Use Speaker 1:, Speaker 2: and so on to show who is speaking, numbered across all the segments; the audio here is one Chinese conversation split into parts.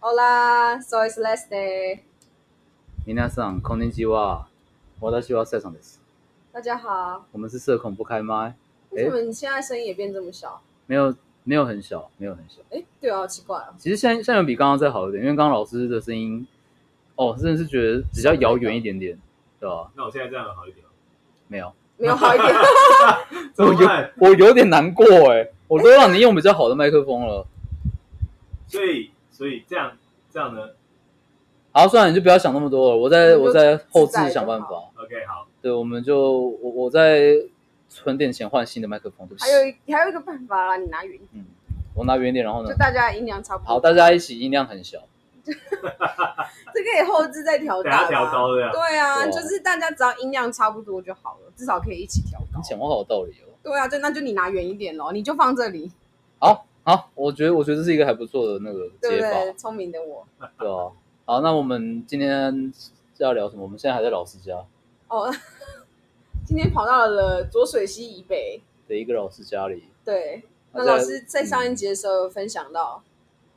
Speaker 1: Hola, soy Celeste。
Speaker 2: 皆さんこんにちは。私はセさんです。
Speaker 1: 大家好。
Speaker 2: 我们是社恐不开麦，
Speaker 1: 为什么你现在声音也变这么小？
Speaker 2: 没有没有很小，没有很小。
Speaker 1: 哎，对啊，好奇怪 哦。
Speaker 2: 其实现在现在有比刚刚再好一点，因为刚刚老师的声音，哦，真的是觉得比较遥远一点点，对吧、
Speaker 3: 那我现在这样好一点吗，哦
Speaker 1: 哦
Speaker 2: 没有，
Speaker 1: 没有好一点。
Speaker 3: 怎么
Speaker 2: 有
Speaker 3: 办？
Speaker 2: 我有点难过哎、我都让你用比较好的麦克风了。
Speaker 3: 所以所以这样这样呢
Speaker 2: 好，算了，你就不要想那么多了，我在
Speaker 1: 你就
Speaker 2: 我在后
Speaker 1: 自
Speaker 2: 置
Speaker 1: 在就
Speaker 2: 想办法
Speaker 1: 好。
Speaker 3: ？OK，好，
Speaker 2: 对，我们就我我在存点钱换新的麦克风，对不
Speaker 1: 还。
Speaker 2: 起
Speaker 1: 有一还有一个办法啦，你拿远一
Speaker 2: 嗯，我拿远点，然后
Speaker 1: 点，
Speaker 3: 嗯
Speaker 2: 呢
Speaker 1: 就？大家音量差不
Speaker 2: 好，
Speaker 1: 多。
Speaker 2: 大家一起音量很小。
Speaker 1: 这个也后置再调
Speaker 3: 等
Speaker 1: 大
Speaker 3: 下
Speaker 1: 啦。
Speaker 3: 调高这样。
Speaker 1: 对啊，
Speaker 2: 对啊
Speaker 1: 就是大家只要音量差不多就好了，至少可以一起调高
Speaker 2: 你。
Speaker 3: 嗯
Speaker 2: 讲话好有道理哦。
Speaker 1: 对啊，就那就你拿远一点咯，你就放这里，
Speaker 2: 好好，啊我觉得我觉得这是一个还不错的那个
Speaker 1: 对
Speaker 2: 解
Speaker 1: 不
Speaker 2: 法，
Speaker 1: 对？聪明的我。
Speaker 2: 对啊。好，那我们今天要聊什么？我们现在还在老师家
Speaker 1: 哦， 今天跑到了浊水溪以北。
Speaker 2: 的一个老师家里，
Speaker 1: 对，那
Speaker 2: 啊在
Speaker 1: 老师在上一节的时候有分享到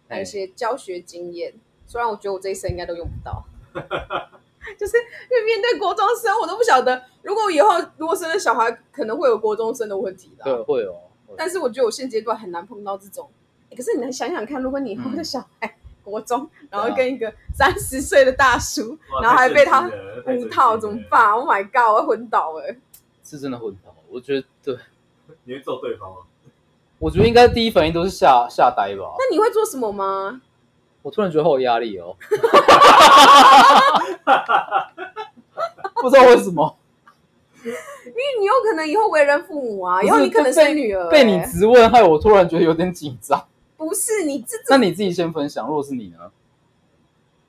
Speaker 1: 那
Speaker 2: 哎
Speaker 1: 一些教学经验，虽然我觉得我这一生应该都用不 到，就是因为面对国中生，我都不晓得，如果以后如果生了小孩，可能会有国中生的问题
Speaker 2: 会
Speaker 1: 啦。
Speaker 2: 会哦。会
Speaker 1: 但是我觉得我现阶段很难碰到这种。诶可是你来想想看，如果你以后
Speaker 2: 嗯
Speaker 1: 的小孩、国中，然后跟一个三十岁的大叔
Speaker 3: 啊哇
Speaker 1: 然后还被他
Speaker 3: 太震惊了太震
Speaker 1: 五
Speaker 3: 惊
Speaker 1: 套，
Speaker 3: 了
Speaker 1: 怎么办？Oh my god，我要昏倒了！
Speaker 2: 是真的混到，我觉得对，
Speaker 3: 你会揍对方吗？
Speaker 2: 我觉得应该第一反应都是吓吓呆吧。
Speaker 1: 那你会做什么吗？
Speaker 2: 我突然觉得好有 压力哦，不知道为什么
Speaker 1: 因为你有可能以后为人父母啊，
Speaker 2: 不
Speaker 1: 以
Speaker 2: 是
Speaker 1: 后你可能
Speaker 2: 被
Speaker 1: 生女儿、
Speaker 2: 被
Speaker 1: 诶
Speaker 2: 你质问，害我突然觉得有点紧张。
Speaker 1: 不是你自己
Speaker 2: 那你自己先分享，如果是你呢？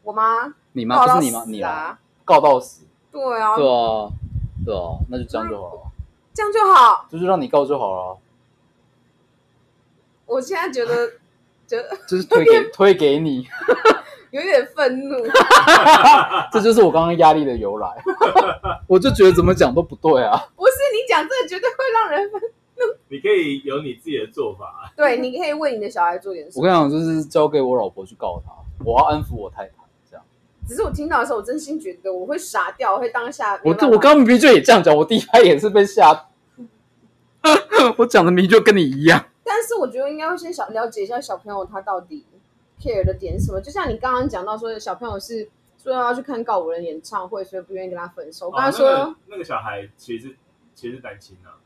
Speaker 1: 我吗？
Speaker 2: 你
Speaker 1: 告
Speaker 2: 吗？
Speaker 1: 到
Speaker 2: 不
Speaker 1: 死
Speaker 2: 是你吗？你来
Speaker 1: 啊？
Speaker 2: 告到死，
Speaker 1: 对啊，
Speaker 2: 对啊，对啊，那就这样就好了。
Speaker 1: 这样就好。
Speaker 2: 就是让你告就好
Speaker 1: 我现在觉得觉得
Speaker 2: 了，就是推给推给 你，
Speaker 1: 有点愤怒，
Speaker 2: 这就是我刚刚压力的由 来。我就觉得怎么讲都不对 啊，
Speaker 1: 不是你讲这个绝对会让人愤。
Speaker 3: 你可以有你自己的做法，
Speaker 1: 对，你可以为你的小孩做点什
Speaker 2: 我
Speaker 1: 么。
Speaker 2: 跟你讲，就是交给我老婆去告他，我要安抚我太太，这样。
Speaker 1: 只是我听到的时候，我真心觉得我会傻掉，我会当下没
Speaker 2: 我
Speaker 1: 有办法。
Speaker 2: 这我刚刚明明就也这样讲，我第一拍也是被吓， 我讲的明明就跟你一样。
Speaker 1: 但是我觉得应该会先小了解一下小朋友他到底 care 的点是什么。就像你刚刚讲到说，小朋友是说要去看告五人演唱会，所以不愿意跟他分手。我
Speaker 3: 我
Speaker 1: 跟他
Speaker 2: 哦
Speaker 1: 说，
Speaker 3: 哦那个那个小孩其实其实是单亲啊，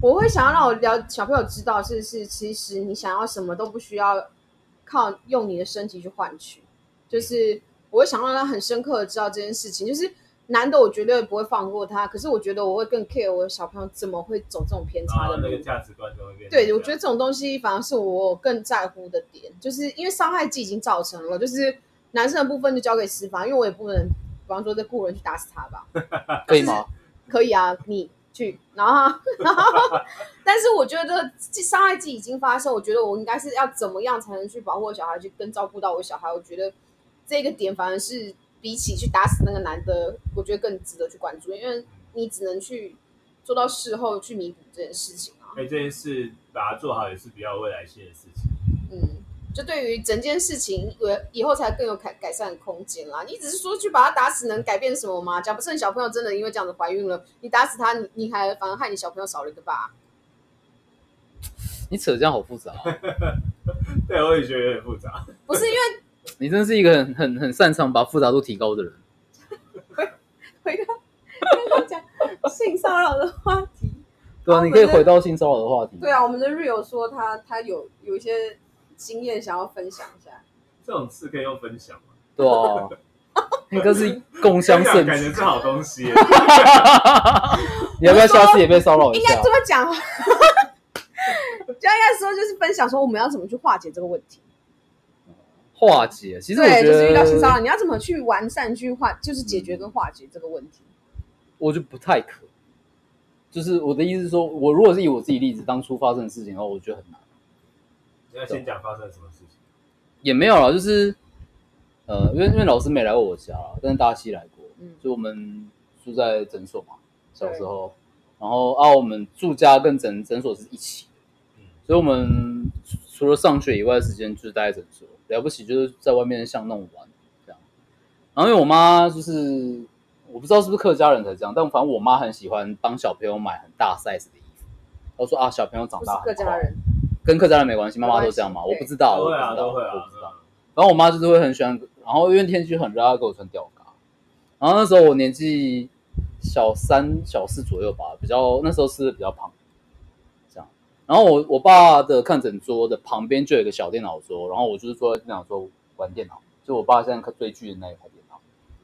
Speaker 1: 我会想要让我了小朋友知道，是是，其实你想要什么都不需要靠用你的身体去换取，就是我会想让他很深刻的知道这件事情，就是难的我绝对不会放过他，可是我觉得我会更 care 我的小朋友怎么会走这种偏
Speaker 3: 然
Speaker 1: 差
Speaker 3: 后
Speaker 1: 的
Speaker 3: 啊那
Speaker 1: 路。
Speaker 3: 个价值观都会变成这样。
Speaker 1: 对，我觉得这种东西反而是我更在乎的点，就是因为伤害剂已经造成了，就是男生的部分就交给司法，因为我也不能，比方说这雇人去打死他吧，
Speaker 2: 可以吗？
Speaker 1: 可以啊，你去，然后， 然后，但是我觉得伤害剂已经发生，我觉得我应该是要怎么样才能去保护我小孩，去跟照顾到我小孩，我觉得这个点反而是比起去打死那个男的，我觉得更值得去关注，因为你只能去做到事后去弥补这件事情啊，
Speaker 3: 哎，这件事把它做好也是比较有未来性的事情。
Speaker 1: 嗯。就对于整件事情，呃，以后才更有改改善的空间啦。你只是说去把他打死，能改变什么吗？假不是你小朋友真的因为这样子怀孕了，你打死他，你你还反而害你小朋友少了一个爸。
Speaker 2: 你扯这样好复杂啊、
Speaker 3: 对，我也觉得有点复杂。
Speaker 1: 不是因为
Speaker 2: 你真是一个很很很擅长把复杂度提高的人。
Speaker 1: 回到刚刚讲性骚扰的话题，
Speaker 2: 对
Speaker 1: 好
Speaker 2: 啊，你可以
Speaker 1: 我觉得
Speaker 2: 回到性骚扰的话题。
Speaker 1: 对啊，我们的 Rio 说他他有有一些经验想要分享一下，
Speaker 3: 这种事可以用分享吗？
Speaker 2: 对啊， 应该是共襄盛
Speaker 3: 分享感觉
Speaker 2: 举。
Speaker 3: 是好东西 耶。
Speaker 2: 你要不要下次也被骚扰一
Speaker 1: 应该
Speaker 2: 下
Speaker 1: 这？么讲，就应该说 就是分享说我们要怎么去化解这个问题。
Speaker 2: 化解，其实我
Speaker 1: 对，
Speaker 2: 觉
Speaker 1: 就是遇到性骚
Speaker 2: 得，
Speaker 1: 扰，你要怎么去完善去化，就是解决跟化解这个问题。
Speaker 2: 嗯我就不太可。就是我的意思是说，我如果是以我自己例子，当初发生的事情的话，我觉得很难。
Speaker 3: 你要先讲发生了什么事情？
Speaker 2: 也没有啦，就是呃，因为因为老师没来过我家啦，但是大西来过，
Speaker 1: 嗯
Speaker 2: 就我们住在诊所嘛，小时候，然后啊，我们住家跟诊诊所是一起的，
Speaker 3: 嗯，
Speaker 2: 所以我们除除了上学以外的时间就是待在诊所，了不起就是在外面巷弄玩这样。然后因为我妈就是我不知道是不是客家人才这样，但反正我妈很喜欢帮小朋友买很大 size 的衣服，她说啊小朋友长
Speaker 1: 不是
Speaker 2: 大很
Speaker 1: 客家
Speaker 2: 快
Speaker 1: 人，
Speaker 2: 跟客家人没关系，妈妈都这样嘛，
Speaker 1: 没
Speaker 2: 我
Speaker 1: 关系
Speaker 2: 不知道，
Speaker 3: 都
Speaker 2: 我不
Speaker 3: 会
Speaker 2: 知道，
Speaker 3: 啊，都会
Speaker 2: 我不
Speaker 3: 啊
Speaker 2: 知道。，然后我妈就是会很喜欢，然后因为天气很热，她给我穿吊嘎。然后那时候我年纪小三、小四左右吧，比较那时候吃的比较胖，这样。然后我我爸的看诊桌的旁边就有一个小电脑桌，然后我就是坐在电脑桌玩电脑，就我爸现在看追剧的那一台电脑，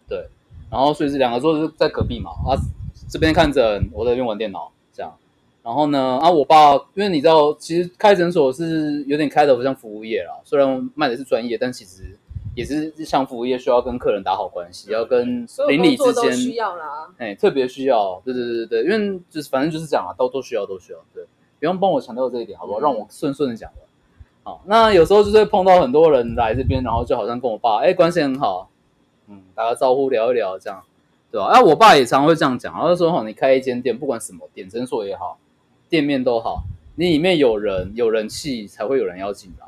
Speaker 2: 对。然后所以这两个桌子就在隔壁嘛，啊这边看诊，我在那边玩电脑这样。然后呢，啊，我爸，因为你知道，其实开诊所是有点开的不像服务业啦，虽然卖的是专业，但其实也是像服务业需要跟客人打好关系，要跟
Speaker 1: 所有
Speaker 2: 邻
Speaker 1: 工
Speaker 2: 里
Speaker 1: 作
Speaker 2: 之
Speaker 1: 都
Speaker 2: 间
Speaker 1: 需要啦。
Speaker 2: 哎、特别需要，对对对对，因为就是反正就是这样啊，都都需要都需要，对，不用帮我强调这一点好不好？
Speaker 1: 嗯
Speaker 2: 让我顺顺的讲完。好，那有时候就是会碰到很多人来这边，然后就好像跟我爸哎、关系很好，嗯，打个招呼聊一聊这样，对吧、啊？我爸也常会这样讲，他就说哦，你开一间店，不管什么店，诊所也好，店面都好，你里面有人有人气，才会有人要进来。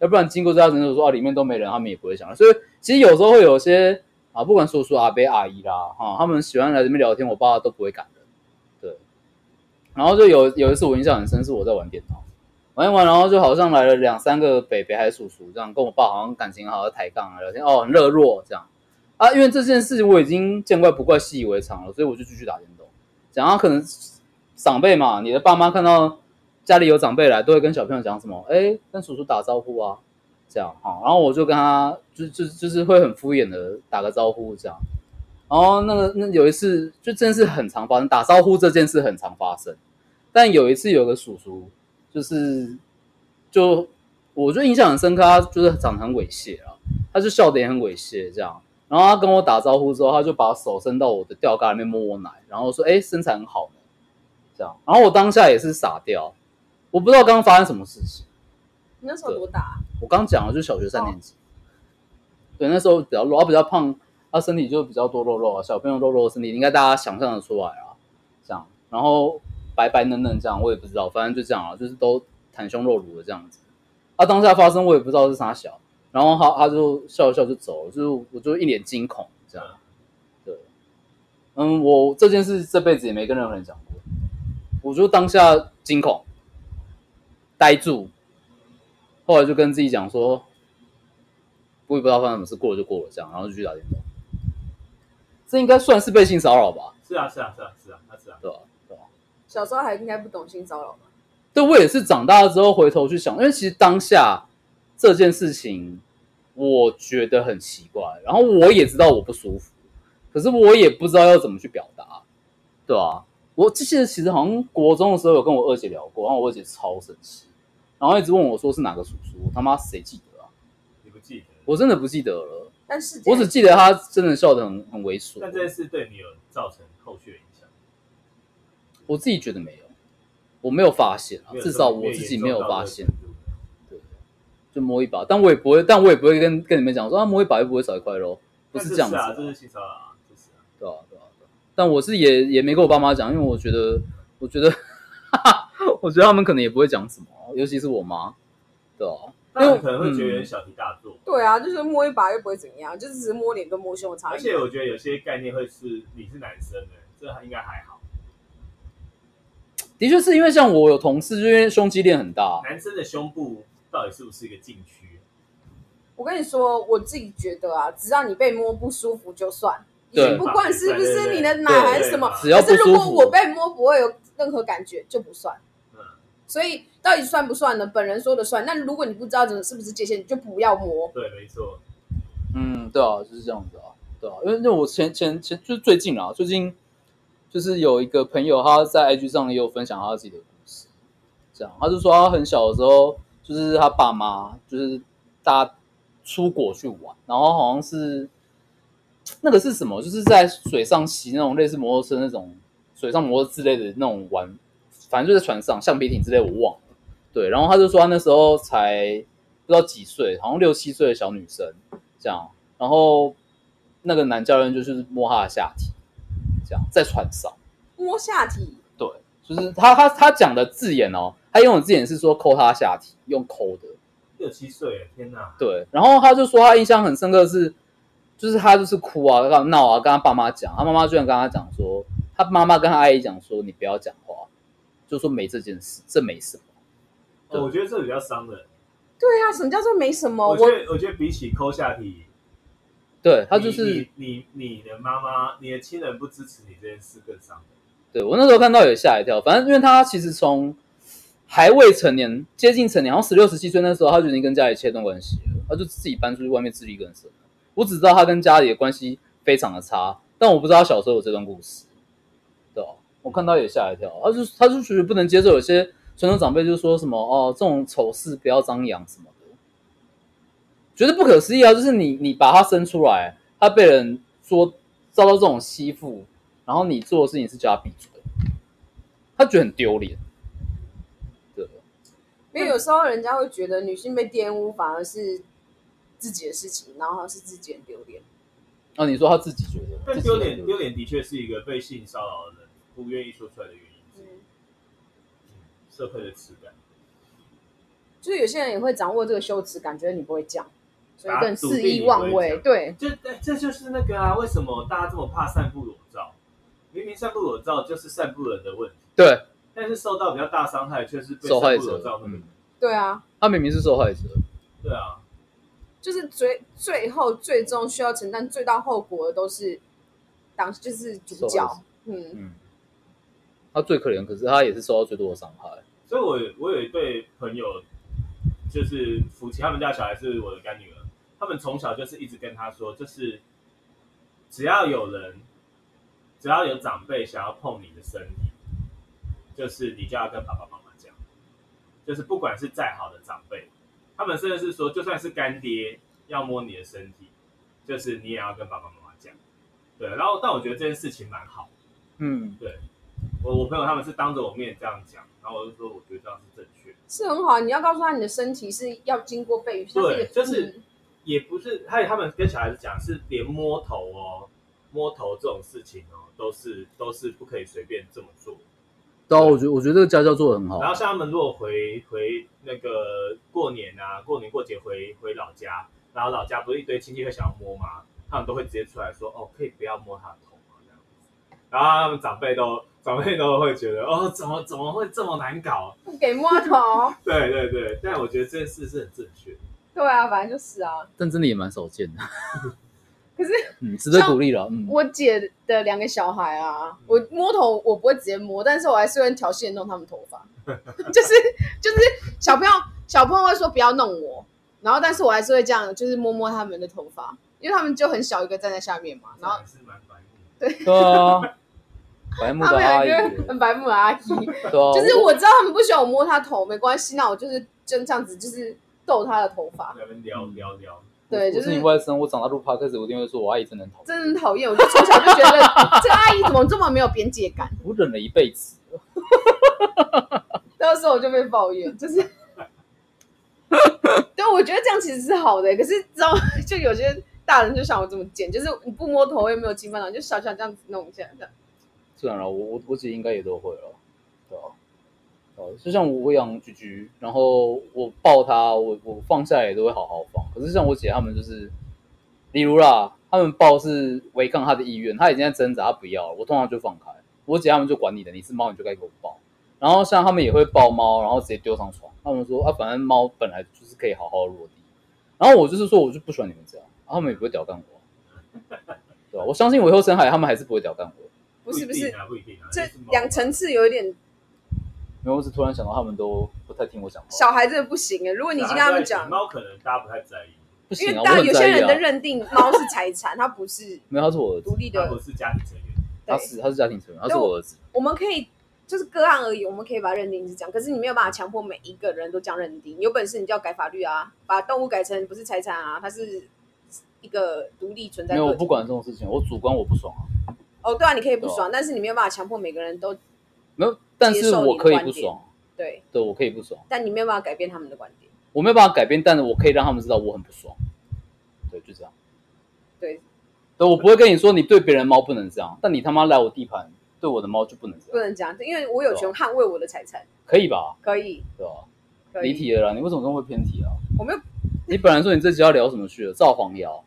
Speaker 2: 要不然经过这家诊所说啊里面都没人，他们也不会想来。所以其实有时候会有些啊，不管叔叔、阿伯、阿姨啦，哈、他们喜欢来这边聊天，我爸都不会赶人。对，然后就有有一次我印象很深，是我在玩电脑，玩一玩，然后就好像来了两三个北北还是叔叔，这样跟我爸好像感情好，要抬杠啊聊天，哦，很热络这样啊。因为这件事情我已经见怪不怪、习以为常了，所以我就继续打电动。讲啊，可能长辈嘛，你的爸妈看到家里有长辈来，都会跟小朋友讲什么？哎，跟叔叔打招呼啊，这样哈。然后我就跟他就就就是会很敷衍的打个招呼这样。然后那个那有一次就真的是很常发生，打招呼这件事很常发生。但有一次有个叔叔，就是就我就印象很深刻，他就是长得很猥亵啊，他就笑得也很猥亵这样。然后他跟我打招呼之后，他就把手伸到我的吊杆里面摸我奶，然后说：“哎，身材很好呢。”这样，然后我当下也是傻掉，我不知道刚刚发生什么事情。
Speaker 1: 你那时候多大啊？
Speaker 2: 我刚讲了，就小学三年级。对，那时候比较肉，他比较胖，他身体就比较多肉肉啊。小朋友肉肉的身体，应该大家想象得出来啊。这样，然后白白嫩嫩这样，我也不知道，反正就这样啊，就是都袒胸露乳的这样子。他、当下发生，我也不知道是啥小，然后他他就笑一笑就走了，就是我就一脸惊恐这样。对，嗯，我这件事这辈子也没跟任何人讲过，我就当下惊恐，呆住，后来就跟自己讲说，我也不知道发生什么事，过了就过了这样，然后就去打电动。这应该算是被性骚扰吧，
Speaker 3: 是啊，是啊，是啊，是啊，那是啊，
Speaker 2: 对吧？对吧？
Speaker 1: 小时候还应该不懂性骚扰吧？
Speaker 2: 对我也是长大了之后回头去想，因为其实当下这件事情，我觉得很奇怪，然后我也知道我不舒服，可是我也不知道要怎么去表达，对吧、我记得其实好像国中的时候有跟我二姐聊过，然后我二姐超生气，然后一直问我说是哪个叔叔，我他妈谁记得啊？
Speaker 3: 你不记得？
Speaker 2: 我真的不记得了。
Speaker 1: 但是
Speaker 2: 我只记得他真的笑得很很猥琐，
Speaker 3: 但这件事对你有造成后续的影响？
Speaker 2: 我自己觉得没有，我没有发现啊
Speaker 3: 没，有
Speaker 2: 至少
Speaker 3: 说
Speaker 2: 我自己没有发现
Speaker 3: 没，有严重到
Speaker 2: 就摸一把，但我也不会，但我也不会跟跟你们讲说啊摸一把又不会少一块肉，不
Speaker 3: 这个程度
Speaker 2: 这样子、
Speaker 3: 但这是啊，这是性骚扰啊，这是啊。
Speaker 2: 对啊，对啊，对啊。但我是也也没跟我爸妈讲，因为我觉得，我觉得， 我觉得他们可能也不会讲什么，尤其是我妈，对啊，
Speaker 3: 那你可能会觉得有点小题大
Speaker 2: 嗯
Speaker 3: 做，
Speaker 1: 对啊，就是摸一把又不会怎样，就是只是摸脸跟摸胸的差
Speaker 3: 而
Speaker 1: 异
Speaker 3: 且。我觉得有些概念会是你是男生的，这应该还好。
Speaker 2: 的确是因为像我有同事，就因为胸肌练很大，
Speaker 3: 男生的胸部到底是不是一个禁区？
Speaker 1: 我跟你说，我自己觉得啊，只要你被摸不舒服就算，
Speaker 2: 对
Speaker 1: 也不管是不是你的奶还是什么，
Speaker 2: 只要不
Speaker 1: 可是如
Speaker 2: 舒
Speaker 1: 果
Speaker 2: 服，
Speaker 1: 我被摸不会有任何感觉就不算。
Speaker 3: 嗯
Speaker 1: 所以到底算不算呢？本人说的算。那如果你不知道怎么是不是界限，你就不要摸。
Speaker 3: 对，没错，
Speaker 2: 嗯，对啊，就是这样子啊，对啊，因为因为我前前前就是最近啊，最近就是有一个朋友他在 IG 上也有分享他自己的故事，这样他就说他很小的时候，就是他爸妈就是大家出国去玩，然后好像是那个是什么，就是在水上骑那种类似摩托车那种水上摩托之类的那种玩，反正就在船上橡皮艇之类，我忘了。对，然后他就说他那时候才不知道几岁，好像六七岁的小女生这样，然后那个男教练就是摸她的下体，这样在船上。
Speaker 1: 摸下体，
Speaker 2: 对，就是他他他讲的字眼哦，他用的字眼是说抠他下体，用抠的。
Speaker 3: 六七岁，啊天哪！
Speaker 2: 对，然后他就说他印象很深刻的是，就是他就是哭啊，跟他闹啊，跟他爸妈讲，他妈妈居然跟他讲说，他妈妈跟他阿姨讲说，你不要讲话，就说没这件事，这没什么。对哦
Speaker 3: 哦我觉得这比较伤人。
Speaker 1: 对啊，什么叫做没什么？
Speaker 3: 我
Speaker 1: 我
Speaker 3: 觉得，我觉得比起抠下体，
Speaker 2: 对他
Speaker 3: 你
Speaker 2: 就是
Speaker 3: 你你你的妈妈，你的亲人不支持你这件事更伤人。
Speaker 2: 对我那时候看到也吓一跳，反正因为他其实从还未成年，接近成年，好像十六十七岁那时候，他就已经跟家里切断关系了，他就自己搬出去外面自力更生了。我只知道他跟家里的关系非常的差，但我不知道他小时候有这段故事，对吧、我看到也吓一跳，他就他就属于不能接受，有些传统长辈就说什么哦，这种丑事不要张扬什么的，觉得不可思议啊！就是你你把他生出来，他被人说遭到这种欺负，然后你做的事情是叫他闭嘴，他觉得很丢脸。对，
Speaker 1: 因为有时候人家会觉得女性被玷污反而是自己的事情，然后是自己很丢脸。
Speaker 2: 那、啊你说他自己觉得，
Speaker 3: 但
Speaker 2: 自己
Speaker 3: 丢
Speaker 2: 很
Speaker 3: 脸，丢脸的确是一个被性骚扰的人不愿意说出来的原因之一，
Speaker 1: 嗯，
Speaker 3: 社会的耻感。
Speaker 1: 就是有些人也会掌握这个羞耻感，觉得你不会讲，所以
Speaker 3: 啊
Speaker 1: 更
Speaker 3: 笃
Speaker 1: 肆
Speaker 3: 定
Speaker 1: 意
Speaker 3: 你
Speaker 1: 妄
Speaker 3: 不会
Speaker 1: 为。
Speaker 3: 讲
Speaker 1: 对，
Speaker 3: 这这就是那个啊，为什么大家这么怕散布裸照？明明散布裸照就是散布人的问题，
Speaker 2: 对
Speaker 3: 但是受到比较大伤害却是被
Speaker 2: 受害者嗯
Speaker 3: 散布裸照那个人。
Speaker 1: 对啊，
Speaker 2: 他明明是受害者，
Speaker 3: 对啊，
Speaker 1: 就是最最后最终需要承担最大后果的都是当就是主
Speaker 2: 受害
Speaker 1: 角
Speaker 2: 者。
Speaker 1: 嗯，
Speaker 2: 嗯，他最可怜，可是他也是受到最多的伤害。
Speaker 3: 所以我有我有一对朋友，就是夫妻，他们家小孩是我的干女儿，他们从小就是一直跟她说，就是只要有人，只要有长辈想要碰你的身体，就是你就要跟爸爸妈妈讲，就是不管是再好的长辈，他们甚至是说，就算是干爹要摸你的身体，就是你也要跟爸爸妈妈讲。对，然后但我觉得这件事情蛮好的。
Speaker 2: 嗯，
Speaker 3: 我我朋友他们是当着我面这样讲，然后我就说我觉得这样是正确的，
Speaker 1: 是很好。你要告诉他你的身体是要经过被它是一个
Speaker 3: 对就是
Speaker 1: 嗯
Speaker 3: 也不是还有他们跟小孩子讲是连摸头哦，摸头这种事情哦，都是都是不可以随便这么做。
Speaker 2: 对啊，我觉得我觉得这个家教做的很好
Speaker 3: 然。后像他们如果回回那个过年啊，过年过节回回老家，然后老家不是一堆亲戚会想要摸吗？他们都会直接出来说哦，可以不要摸他的头吗？这样子。然后他们长辈都长辈都会觉得哦，怎么怎么会这么难搞？
Speaker 1: 不给摸头。
Speaker 3: 对对对，但我觉得这件事是很正确的。
Speaker 1: 对啊，反正就是啊。
Speaker 2: 但真的也蛮少见的。
Speaker 1: 可是
Speaker 2: 嗯，值得鼓励了。嗯，
Speaker 1: 我姐的两个小孩啊，我摸头我不会直接摸，但是我还是会挑衅地弄他们头 发，就是就是小朋友小朋友会说不要弄我，然后但是我还是会这样，就是摸摸他们的头发，因为他们就很小一个站在下面嘛，然后
Speaker 3: 这还是蛮白目的。
Speaker 2: 对啊，白目
Speaker 1: 他
Speaker 2: 的
Speaker 1: 们有
Speaker 2: 阿姨，
Speaker 1: 一个
Speaker 2: 对
Speaker 1: 很白目的阿姨，
Speaker 2: 啊，
Speaker 1: 就是我知道他们不喜欢我摸她头，没关系，那我就是就这样子，就是逗她的头发，
Speaker 3: 在那边聊聊聊，
Speaker 1: 对，
Speaker 2: 我
Speaker 1: 就是
Speaker 2: 是你
Speaker 1: 是
Speaker 2: 外甥，我长大录 podcast，我一定会说我阿姨真的很讨厌，
Speaker 1: 真的讨厌。我就从小就觉得这个阿姨怎么这么没有边界感，
Speaker 2: 我忍了一辈子。
Speaker 1: 到时候我就被抱怨，就是。对，我觉得这样其实是好的，可是知道就有些大人就想我这么贱，就是你不摸头也没有侵犯到，你就小小这样子弄一下，这样
Speaker 2: 自然了，我我我姐应该也都会了，对啊，哦，就像我养菊菊，然后我抱她，我我放下来也都会好好放。可是像我姐她们就是，例如啦，她们抱是违抗她的意愿，她已经在挣扎，她不要了，我通常就放开。我姐她们就管你的，你是猫你就该给我抱。然后像她们也会抱猫，然后直接丢上床。她们说啊，反正猫本来就是可以好好落地。然后我就是说，我就不喜欢你们这样，然后她们也不会屌干我，啊对吧、我相信我以后生孩子，她们还是不会屌干我。
Speaker 1: 不是
Speaker 3: 不
Speaker 1: 不
Speaker 3: 一
Speaker 1: 是
Speaker 3: 定，啊，不一定啊，
Speaker 1: 这
Speaker 3: 就是猫
Speaker 1: 两层次有一点
Speaker 2: 没有，我只突然想到他们都不太听我讲话。
Speaker 1: 小孩真的不行哎，如果你已经跟他们
Speaker 3: 小孩
Speaker 1: 讲
Speaker 3: 在一啊起，猫可能大家不太在意，
Speaker 2: 不
Speaker 1: 因
Speaker 2: 行啊，
Speaker 1: 为
Speaker 2: 我
Speaker 1: 大
Speaker 2: 很
Speaker 1: 有
Speaker 2: 在
Speaker 1: 些
Speaker 2: 意
Speaker 1: 人
Speaker 2: 啊
Speaker 1: 的认定猫是财产，它不是
Speaker 2: 没有，他是我儿子
Speaker 1: 独，立
Speaker 3: 它
Speaker 1: 的
Speaker 3: 不是家庭成员。
Speaker 1: 对
Speaker 2: 他是他是家庭成员，他是我儿子。
Speaker 1: 我们可以就是个案而已，我们可以把它认定是这样，可是你没有办法强迫每一个人都这样认定。有本事你就要改法律啊，把动物改成不是财产啊，它是一个独立存在
Speaker 2: 没
Speaker 1: 个
Speaker 2: 有，
Speaker 1: 体。
Speaker 2: 我不管这种事情，我主观我不爽啊。
Speaker 1: 哦，对啊，你可以不爽，但是你没有办法强迫每个人都
Speaker 2: 没有，但是我可以不爽，啊
Speaker 1: 对，
Speaker 2: 对我可以不爽，
Speaker 1: 但你没有办法改变他们的观点。
Speaker 2: 我没有办法改变，但是我可以让他们知道我很不爽。对，就这样。
Speaker 1: 对，
Speaker 2: 对我不会跟你说你对别人猫不能这样，但你他妈来我地盘，对啊我的猫就不能这
Speaker 1: 不
Speaker 2: 样，
Speaker 1: 能这样，因为我有权捍卫我的财产，
Speaker 2: 可以吧？
Speaker 1: 可以，
Speaker 2: 对吧？
Speaker 1: 可
Speaker 2: 离
Speaker 1: 以。
Speaker 2: 题了啦，你为什么这么会偏题啊？
Speaker 1: 我没有，
Speaker 2: 你本来说你这集要聊什么去了？造黄谣，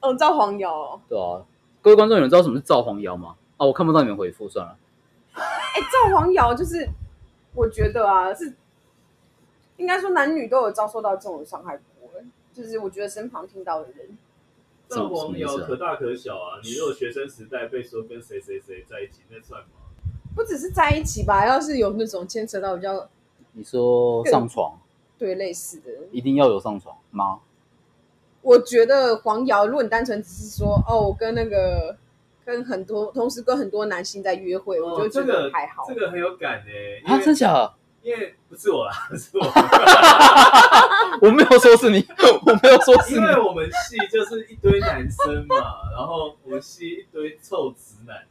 Speaker 1: 嗯，造黄谣哦，
Speaker 2: 对吧？各位观众，有人知道什么是造黄谣吗？啊，我看不到你们回复，算了。
Speaker 1: 哎，造黄谣就是，我觉得啊，是应该说男女都有遭受到这种伤害过，就是我觉得身旁听到的人，
Speaker 3: 这网
Speaker 2: 什
Speaker 3: 友
Speaker 2: 么意思啊
Speaker 3: 可大可小啊！你如果学生时代被说跟谁谁谁在一起，那算吗？
Speaker 1: 不只是在一起吧，要是有那种牵扯到比较
Speaker 2: 你说上床
Speaker 1: 对类似的，
Speaker 2: 一定要有上床吗？
Speaker 1: 我觉得黄瑶，如果你单纯只是说哦，我跟那个跟很多同时跟很多男性在约会，我
Speaker 3: 哦
Speaker 1: 就
Speaker 3: 这
Speaker 1: 觉
Speaker 3: 个
Speaker 1: 得还好。
Speaker 3: 这个很有感诶、
Speaker 2: 啊，
Speaker 3: 因为
Speaker 2: 真假的？
Speaker 3: 因为不是我啦，是我，
Speaker 2: 我没有说是你，我没有说是
Speaker 3: 因
Speaker 2: 你。
Speaker 3: 为我们系就是一堆男生 嘛，然后我们系一堆臭直男，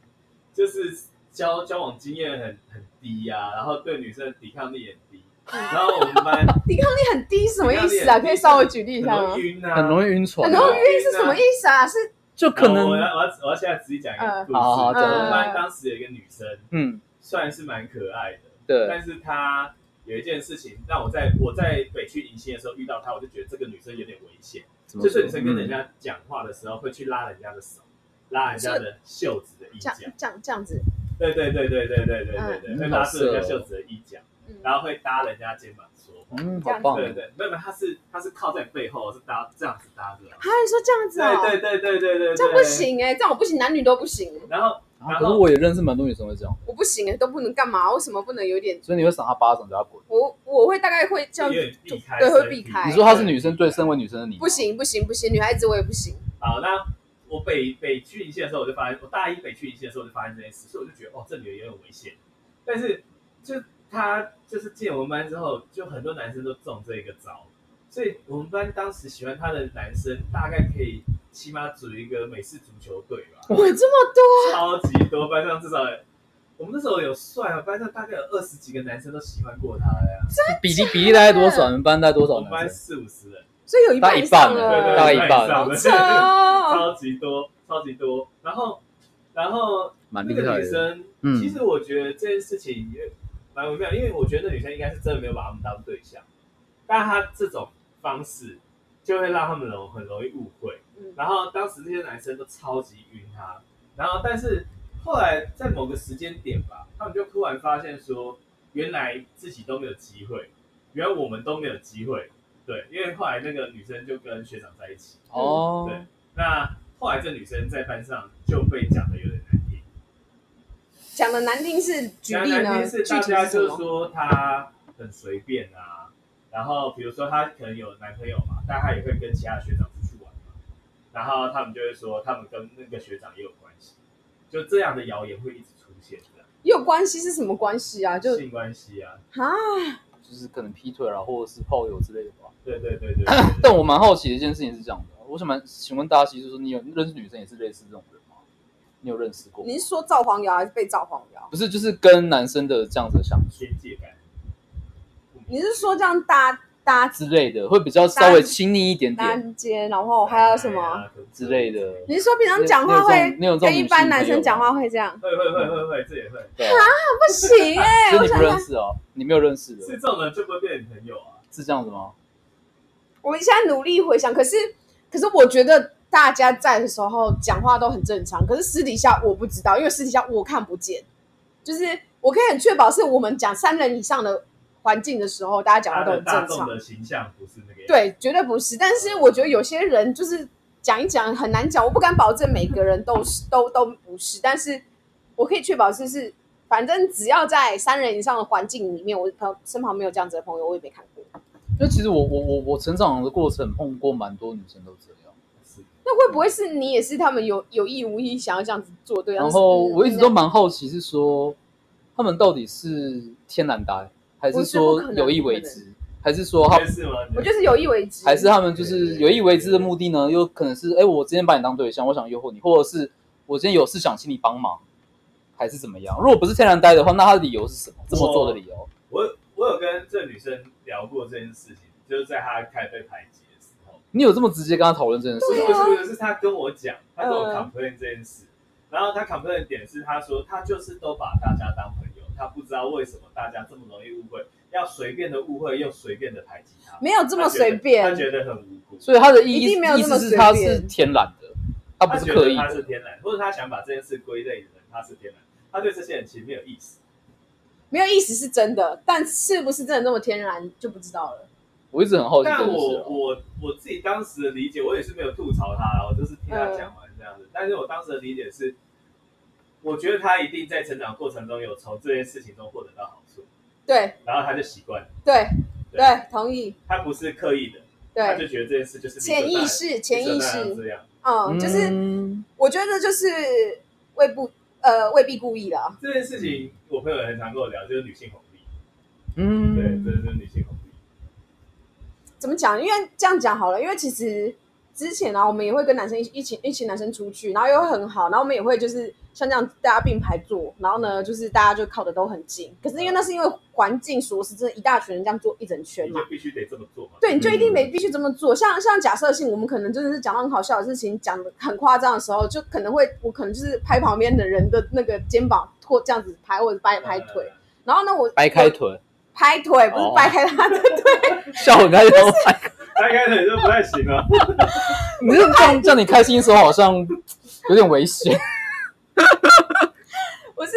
Speaker 3: 就是交交往经验很很低呀、然后对女生的抵抗力也低，然后我们班
Speaker 1: 抵抗力很低是嗯 什么意思啊？
Speaker 3: 抵抗力很低
Speaker 1: 可以稍微举例一
Speaker 3: 很
Speaker 1: 下吗
Speaker 3: 容易？晕啊，
Speaker 2: 很容易晕船
Speaker 1: 很
Speaker 2: 啊，
Speaker 1: 容易晕是什么意思啊？是
Speaker 2: 就可
Speaker 3: 哦然后我
Speaker 2: 能
Speaker 3: 要我要我要现在仔细讲一个故事。
Speaker 2: 嗯好好
Speaker 3: 我
Speaker 2: 讲
Speaker 3: 们班当时有一个女生，
Speaker 2: 嗯，
Speaker 3: 虽然是蛮可爱的，
Speaker 2: 对，
Speaker 3: 但是她有一件事情让我在我在北区迎新的时候遇到她，我就觉得这个女生有点危险。
Speaker 2: 怎么
Speaker 3: 就
Speaker 2: 说
Speaker 3: 是女生跟
Speaker 2: 嗯
Speaker 3: 人家讲话的时候会去拉人家的手，拉人家的袖子的衣
Speaker 1: 这
Speaker 3: 角
Speaker 1: 样。这样这样子，
Speaker 3: 对对对对对对对对对，
Speaker 2: 嗯
Speaker 3: 会拉住人家袖子的衣角，
Speaker 1: 嗯
Speaker 3: 然后会搭人家肩膀说话。
Speaker 2: 嗯，
Speaker 1: 这
Speaker 2: 好
Speaker 1: 样子
Speaker 2: 棒，
Speaker 3: 对对，没有没有，他是他是靠在背后，是搭这样子搭着。
Speaker 1: 还有说这样子啊？
Speaker 3: 对对对对对对，
Speaker 1: 这样不。行哎，这样我不行，男女都不行，
Speaker 3: 然后
Speaker 2: 啊可是我也认识蛮多女生会这样，
Speaker 1: 我不行哎，都不能干嘛？为什么不能有点？
Speaker 2: 所以你会赏她巴掌叫她滚。
Speaker 1: 我我会大概会这样
Speaker 3: 有点
Speaker 1: 子，
Speaker 3: 避开，
Speaker 1: 对
Speaker 3: 所以
Speaker 1: 会避开
Speaker 2: 你说她是女生对身为女生的你，
Speaker 1: 哎不。行不行不行，女孩子我也不行。
Speaker 3: 好，那我北北去一线的时候，我就发现，我大一北去一线的时候，我就发现这件事，所以我就觉得，哦，这女的也有危险。但是，就她就是进我们班之后，就很多男生都中这个招，所以我们班当时喜欢她的男生，大概可以起码组一个美式足球队吧，
Speaker 1: 哇，这么多，
Speaker 3: 超级多，班上至少有。我们那时候有算啊，班上大概有二十几个男生都喜欢过她了呀。
Speaker 2: 啊比例比例大概多少？你们班大概多
Speaker 3: 我
Speaker 2: 少
Speaker 3: 们班
Speaker 2: 男生？
Speaker 3: 四五十人，
Speaker 1: 所以有一
Speaker 2: 大
Speaker 1: 半
Speaker 2: 概一
Speaker 1: 以
Speaker 2: 半
Speaker 1: 上
Speaker 2: 了
Speaker 3: 对对，
Speaker 1: 了，
Speaker 2: 大概一半
Speaker 3: 半
Speaker 1: 好
Speaker 3: 以
Speaker 1: 扯哦。
Speaker 3: 上，超级多，超级多。然后，然后
Speaker 2: 蛮
Speaker 3: 那
Speaker 2: 啊厉
Speaker 3: 个
Speaker 2: 害
Speaker 3: 女
Speaker 2: 的。
Speaker 3: 生，
Speaker 2: 嗯
Speaker 3: 其实我觉得这件事情也蛮微妙，因为我觉得那女生应该是真的没有把他们当对象，但她这种方式就会让他们容很容易误会。
Speaker 1: 嗯
Speaker 3: 然后当时这些男生都超级晕她，然后但是后来在某个时间点吧，他们就突然发现说，原来自己都没有机会，原来我们都没有机会。对，因为后来那个女生就跟学长在一起，
Speaker 2: 哦，
Speaker 3: 对那后来这女生在班上就被讲的有点难听。
Speaker 1: 讲的难听是举例呢，
Speaker 3: 讲难听
Speaker 1: 具
Speaker 3: 是
Speaker 1: 体
Speaker 3: 大家
Speaker 1: 是什
Speaker 3: 就是
Speaker 1: 么？
Speaker 3: 说她很随便啊，然后比如说她可能有男朋友嘛，但她也会跟其他学长出去玩嘛，然后他们就会说他们跟那个学长也有关系，就这样的谣言会一直出现的，
Speaker 1: 有关系是什么关系啊？就
Speaker 3: 性关系啊，
Speaker 1: 啊，
Speaker 2: 就是可能劈腿啦，或者是炮友之类的吧。
Speaker 3: 对对对对对
Speaker 2: 但我蛮好奇的一件事情是这样的，啊我想蛮请问大家，其实说你有认识女生也是类似这种人吗？你有认识过吗？
Speaker 1: 你是说造黄谣还是被造黄谣？
Speaker 2: 不是，就是跟男生的这样子的相处
Speaker 3: 边界感。
Speaker 1: 你是说这样搭搭
Speaker 2: 之类的，会比较稍微亲密一点
Speaker 3: 啊
Speaker 1: 搭
Speaker 2: 点
Speaker 1: 肩，然后还有什么？
Speaker 3: 哎呀
Speaker 2: 之类的。
Speaker 1: 你是说平常讲话会
Speaker 2: 你有这种
Speaker 1: 跟一般男生讲话会这样？
Speaker 3: 会会会会会，这也会，
Speaker 2: 对啊，
Speaker 1: 不行哎，
Speaker 2: 所
Speaker 1: 我
Speaker 2: 以你
Speaker 1: 想
Speaker 2: 不认
Speaker 1: 想，
Speaker 2: 识哦，你没有认识的，
Speaker 3: 是这种人就不会变成朋友啊。
Speaker 2: 是这样子吗？
Speaker 1: 我现在努力回想，可是可是我觉得大家在的时候讲话都很正常，可是私底下我不知道，因为私底下我看不见，就是我可以很确保是我们讲三人以上的环境的时候，大家讲
Speaker 3: 他
Speaker 1: 话都
Speaker 3: 的
Speaker 1: 很
Speaker 3: 大
Speaker 1: 正
Speaker 3: 众
Speaker 1: 常。
Speaker 3: 的形象不是那个样子。
Speaker 1: 对，绝对不是。但是我觉得有些人就是讲一讲很难讲，我不敢保证每个人都是都都不是，但是我可以确保是是，反正只要在三人以上的环境里面，我朋友身旁没有这样子的朋友，我也没看过。
Speaker 2: 因为其实我我我我成长的过程碰过蛮多女生都这样，
Speaker 3: 是，
Speaker 1: 那会不会是你也是他们有有意无意想要这样子做对？
Speaker 2: 然后
Speaker 1: 嗯
Speaker 2: 我一直都蛮好奇是说，他们到底是天然呆，还是说有意为之，还是说
Speaker 3: 你
Speaker 2: 他
Speaker 3: 认识吗？
Speaker 1: 我就是有意为之，
Speaker 2: 还是他们就是有意为之的目的呢？有可能是哎，我今天把你当对象，我想诱惑你，或者是我今天有事想请你帮忙，还是怎么样？如果不是天然呆的话，那他的理由是什么？这么做的理由？
Speaker 3: 我我有跟这女生聊过这件事情，就是在她开始被排挤的时候，
Speaker 2: 你有这么直接跟他讨论这件事
Speaker 3: 不是
Speaker 2: 吗？
Speaker 3: 不是不是，是她跟我讲，她跟我
Speaker 1: 啊嗯
Speaker 3: complain 这件事，然后他 complain 的点是，他说他就是都把大家当朋友，他不知道为什么大家这么容易误会，要随便的误会又随便的排挤他，
Speaker 1: 没有这么随便
Speaker 3: 他，觉得他觉得很无辜，
Speaker 2: 所以他的意义
Speaker 1: 一定没有
Speaker 2: 意
Speaker 1: 这么
Speaker 2: 思是他
Speaker 1: 随
Speaker 2: 是
Speaker 1: 便
Speaker 2: 天然的，他不是刻意
Speaker 3: 他觉得他是
Speaker 2: 的。
Speaker 3: 天然，或者他想把这件事归类成他是天然，他对这些人其实没有意思。
Speaker 1: 没有意思是真的，但是不是真的那么天然就不知道了。
Speaker 2: 我一直很好奇这
Speaker 3: 但
Speaker 2: 件事
Speaker 3: 我
Speaker 2: 哦。
Speaker 3: 我我自己当时的理解，我也是没有吐槽他啦，我就是听他
Speaker 1: 嗯
Speaker 3: 讲完这样子。但是我当时的理解是，我觉得他一定在成长过程中有从这件事情中获得到好处，
Speaker 1: 对
Speaker 3: 然后他就习惯了，
Speaker 1: 对
Speaker 3: 对
Speaker 1: 对，同意，
Speaker 3: 他不是刻意的，他
Speaker 1: 对，
Speaker 3: 就觉得这件事就是理所
Speaker 1: 潜意识潜意
Speaker 3: 当然理所当然
Speaker 1: 识，
Speaker 3: 这样。
Speaker 1: 嗯，就是
Speaker 2: 嗯
Speaker 1: 我觉得就是未不呃未必故意的，
Speaker 3: 这件事情我朋友也很常跟我聊，就是女性红利，
Speaker 2: 嗯，
Speaker 3: 对，这就是女性红利。
Speaker 1: 怎么讲？因为这样讲好了，因为其实之前啊，我们也会跟男生一一起一起男生出去，然后又会很好，然后我们也会就是像这样大家并排坐，然后呢，就是大家就靠的都很近。可是因为那是因为环境所使，真的一大群人这样坐一整圈
Speaker 3: 你
Speaker 1: 嘛
Speaker 2: 嗯
Speaker 3: 就。必须得这么做嘛。
Speaker 1: 对，你就一定得必须这么做。像像假设性，我们可能真的是讲到很好笑的事情，讲的很夸张的时候，就可能会我可能就是拍旁边的人的那个肩膀，或这样子拍，或者掰拍腿。然后呢，我
Speaker 2: 哦掰开
Speaker 1: 我
Speaker 2: 腿，
Speaker 1: 拍腿，不是
Speaker 2: 哦
Speaker 1: 掰开他的
Speaker 2: 笑很开心。
Speaker 3: 掰开腿就不太行了。
Speaker 2: 你这样叫你开心的时候，好像有点危险，
Speaker 1: 我是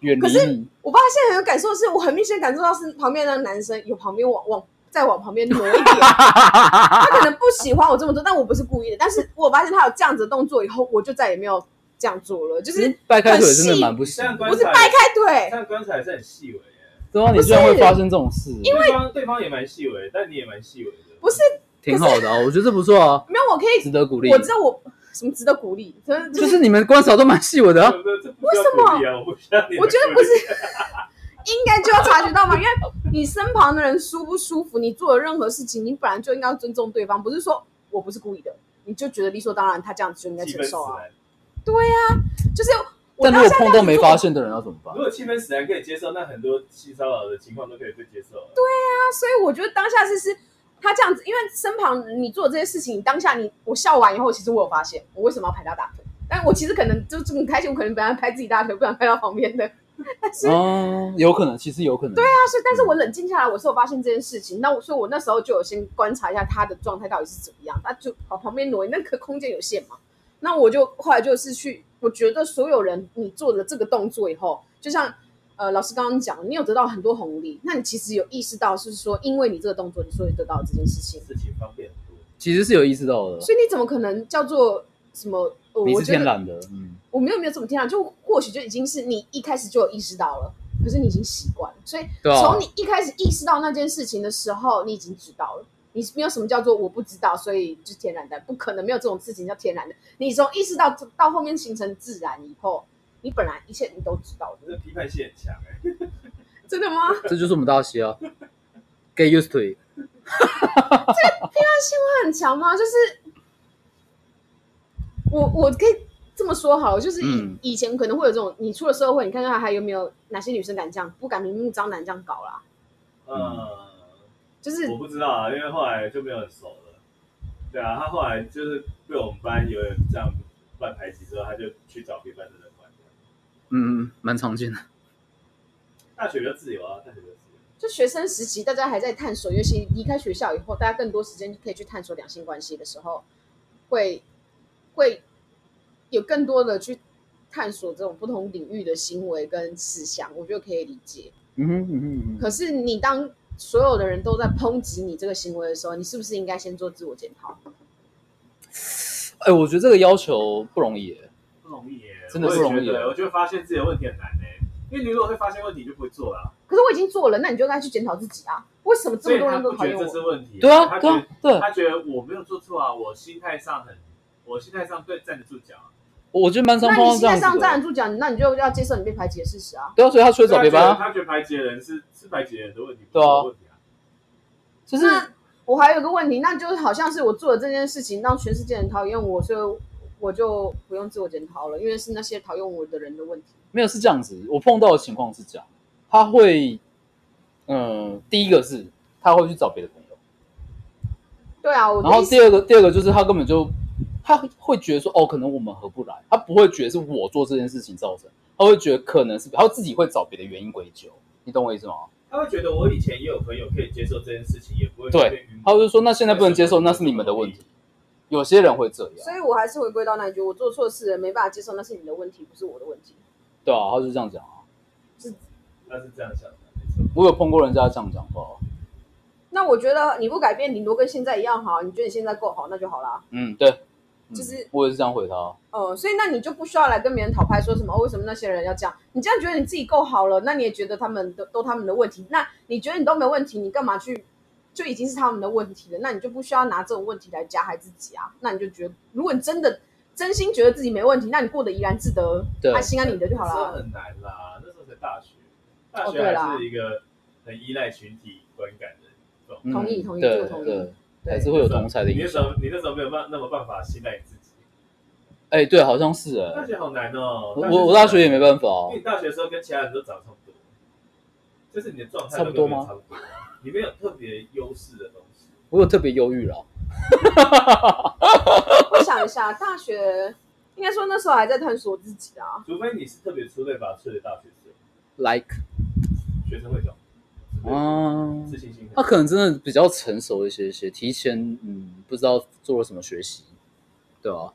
Speaker 2: 远
Speaker 1: 可
Speaker 2: 离
Speaker 1: 是
Speaker 2: 你。
Speaker 1: 我爸现在很有感受是，我很明显感受到是旁边的男生有旁边往往再往旁边挪一 点，他可能不喜欢我这么做，但我不是故意的。但是我发现他有这样子的动作以后，我就再也没有这样做了，就是
Speaker 2: 嗯掰开腿真的蛮不
Speaker 3: 这
Speaker 2: 行的，
Speaker 3: 样观
Speaker 1: 不是
Speaker 3: 察
Speaker 1: 掰
Speaker 3: 也，
Speaker 1: 开腿，
Speaker 3: 这样观察也是很细微耶。
Speaker 2: 对啊，你居然会发生这种事，
Speaker 3: 因为对方对方也蛮细微，但你也蛮细微的。
Speaker 1: 不是
Speaker 2: 挺好的啊，我觉得这不错啊，
Speaker 1: 没有我可
Speaker 2: 值
Speaker 1: 以，
Speaker 2: 得鼓励
Speaker 1: 我。知道我什么值得鼓励，真的就
Speaker 2: 就是是你们观察都蛮细，我的
Speaker 3: 这
Speaker 2: 啊，
Speaker 3: 不这不需要鼓励啊？我不需要你的
Speaker 1: 我觉得不是
Speaker 3: 鼓励，
Speaker 1: 应该就要察觉到嘛，因为你身旁的人舒不舒服，你做的任何事情，你本来就应该要尊重对方，不是说我不是故意的，你就觉得理所当然，他这样子就应该
Speaker 3: 气
Speaker 1: 承
Speaker 3: 氛使
Speaker 1: 受啊，
Speaker 3: 然。
Speaker 1: 就是我
Speaker 2: 但
Speaker 1: 当
Speaker 2: 如果
Speaker 1: 下
Speaker 2: 碰
Speaker 1: 这
Speaker 2: 到
Speaker 1: 样子
Speaker 2: 没
Speaker 1: 做
Speaker 2: 发现的人要怎么办
Speaker 3: 如？果气氛使然可以接受，那很多性骚扰的情况都可以被接受了。
Speaker 1: 啊所以我觉得当下是是他这样子，因为身旁你做这些事情，当下你我笑完以后，其实我有发现我为什么要拍他大腿，但我其实可能就这么开心，我可能本来拍自己大腿，不想拍到旁边的，但是。
Speaker 2: 嗯，有可能，其实有可能。对啊，
Speaker 1: 但是，但是我冷静下来，我是有发现这件事情。那我，所以我那时候就有先观察一下他的状态到底是怎么样。那就往旁边挪，那个空间有限嘛。那我就后来就是去，我觉得所有人你做了这个动作以后，就像呃老师刚刚讲，你有得到很多红利，那你其实有意识到是说，因为你这个动作，你所以得到了这件事情。
Speaker 3: 事情方便很多，
Speaker 2: 其实是有意识到的，
Speaker 1: 所以你怎么可能叫做什么？呃
Speaker 2: 你
Speaker 1: 我
Speaker 2: 是
Speaker 1: 觉
Speaker 2: 天
Speaker 1: 得
Speaker 2: 然的，嗯，
Speaker 1: 我没有没有这么天啊然，就或许就已经是你一开始就有意识到了，可是你已经习惯了，所以
Speaker 2: 对啊
Speaker 1: 从你一开始意识到那件事情的时候，你已经知道了。你没有什么叫做我不知道，所以就是天然的，不可能没有这种事情叫天然的。你从意识到到后面形成自然以后，你本来一切你都知道的，
Speaker 3: 可是批判性很强哎。
Speaker 1: 真 的吗？
Speaker 2: 这就是我们大 西啊，get used to it。
Speaker 1: 很强吗？就是我我可以这么说好了，就是以、
Speaker 2: 嗯
Speaker 1: 以前可能会有这种，你出了社会，你看看还有没有哪些女生敢这样，不敢明目张胆这样搞啦。
Speaker 3: 嗯，
Speaker 1: 就是
Speaker 3: 我不知道啊，因为后来就没有很熟了。对啊，他后来就是被我们班有人这样乱排挤之后，他就去找别班的人玩。
Speaker 2: 嗯，蛮常见的。
Speaker 3: 大学比较自由啊，大学比较自由。
Speaker 1: 就学生时期，大家还在探索，尤其离开学校以后，大家更多时间可以去探索两性关系的时候，会会有更多的去探索这种不同领域的行为跟思想，我觉得可以理解。
Speaker 2: 嗯哼嗯哼嗯哼，
Speaker 1: 可是你当所有的人都在抨击你这个行为的时候，你是不是应该先做自我检讨？
Speaker 2: 哎，我觉得这个要求不容易耶，
Speaker 3: 不容易耶，
Speaker 2: 真的不容易
Speaker 3: 我也觉得，我觉得发现自己的问题很难耶，因为你如果会发现问题，就不会做了、啊
Speaker 1: 可是我已经做了，那你就该去检讨自己啊！为什么这
Speaker 3: 所
Speaker 1: 么
Speaker 3: 以
Speaker 1: 多
Speaker 3: 他
Speaker 1: 人都
Speaker 3: 不
Speaker 1: 讨
Speaker 3: 觉
Speaker 1: 厌
Speaker 3: 得这是
Speaker 1: 我？
Speaker 3: 问题，
Speaker 2: 对啊
Speaker 3: 他觉
Speaker 2: 对啊
Speaker 3: 得
Speaker 2: 对，
Speaker 3: 他觉得我没有做错啊，我心态上很，我心态上对站得住脚啊。
Speaker 2: 我觉得蛮常
Speaker 1: 那
Speaker 2: 碰
Speaker 1: 你
Speaker 2: 到这
Speaker 1: 现在
Speaker 2: 样
Speaker 1: 上
Speaker 2: 子
Speaker 1: 站
Speaker 2: 的。
Speaker 1: 得住脚，那你就要接受你被排挤的事实啊！
Speaker 2: 对啊，所以他缺找别班啊，
Speaker 3: 他觉得他觉得排挤的人是是排挤的人的问题，
Speaker 2: 对啊
Speaker 3: 不是我的问题啊。
Speaker 2: 就是
Speaker 1: 那我还有一个问题，那就是好像是我做了这件事情，让全世界人讨厌我，所以我就不用自我检讨了，因为是那些讨厌我的人的问题。
Speaker 2: 没有是这样子，我碰到的情况是这样，他会，嗯，第一个是他会去找别的朋友，
Speaker 1: 对啊，我啊
Speaker 2: 然后
Speaker 1: 的意思
Speaker 2: 第二个第二个就是他根本就他会觉得说哦，可能我们合不来，他他不会觉得是我做这件事情造成，他会觉得可能是他自己会找别的原因归咎，你懂我意思吗？
Speaker 3: 他会觉得我以前也有朋友可以接受这件事情，也不会
Speaker 2: 对
Speaker 3: 被晕
Speaker 2: 他就说那现在不能接受，那是你们的问题。有些人会这样，
Speaker 1: 所以我还是回归到那一句，我做错事了，没办法接受，那是你的问题，不是我的问题。
Speaker 2: 对啊，他就这样讲啊。
Speaker 3: 他是这样想的，没错。
Speaker 2: 我有碰过人家这样讲过，
Speaker 1: 那我觉得你不改变，顶多跟现在一样好。你觉得你现在够好，那就好啦。
Speaker 2: 嗯，对，嗯
Speaker 1: 就是
Speaker 2: 我也是这样回他，
Speaker 1: 呃，所以那你就不需要来跟别人讨拍，说什么、哦、为什么那些人要这样？你这样觉得你自己够好了，那你也觉得他们都都他们的问题，那你觉得你都没问题，你干嘛去？就已经是他们的问题了，那你就不需要拿这种问题来加害自己啊。那你就觉得，如果你真的真心觉得自己没问题，那你过得怡然自得，
Speaker 2: 对
Speaker 1: 啊，心安理得就好
Speaker 3: 那时候
Speaker 1: 了。
Speaker 3: 很难啦，那时候才大学，大
Speaker 1: 哦
Speaker 3: 学
Speaker 1: 对啦
Speaker 3: 还是一个很依赖群体观感的状态。
Speaker 2: 嗯
Speaker 1: 同意同意这
Speaker 2: 对
Speaker 1: 个同意
Speaker 2: 对，
Speaker 1: 对
Speaker 2: 还是会有同才的
Speaker 3: 你
Speaker 2: 影
Speaker 3: 那时
Speaker 2: 响。
Speaker 3: 候你那时候没有办那么办法信赖自己，
Speaker 2: 哎，对，好像是
Speaker 3: 大
Speaker 2: 哎，
Speaker 3: 学好难哦。
Speaker 2: 我我我大学也没
Speaker 3: 法，
Speaker 2: 办法
Speaker 3: 因
Speaker 2: 哦
Speaker 3: 为，你大学的时候跟其他人都长得差不多，就是你的状态
Speaker 2: 差不多吗
Speaker 3: 都跟别人差不多，你没有特别优势的东西。
Speaker 2: 我有特别忧郁啊啦。
Speaker 1: 我想一下，大学应该说那时候还在探索自己啊。
Speaker 3: 除非你是特别出类拔萃的大学生，
Speaker 2: like
Speaker 3: 学生会长，
Speaker 2: 啊，
Speaker 3: 自信心很
Speaker 2: 他可能真的比较成熟一些些，提前嗯不知道做了什么学习，对吧、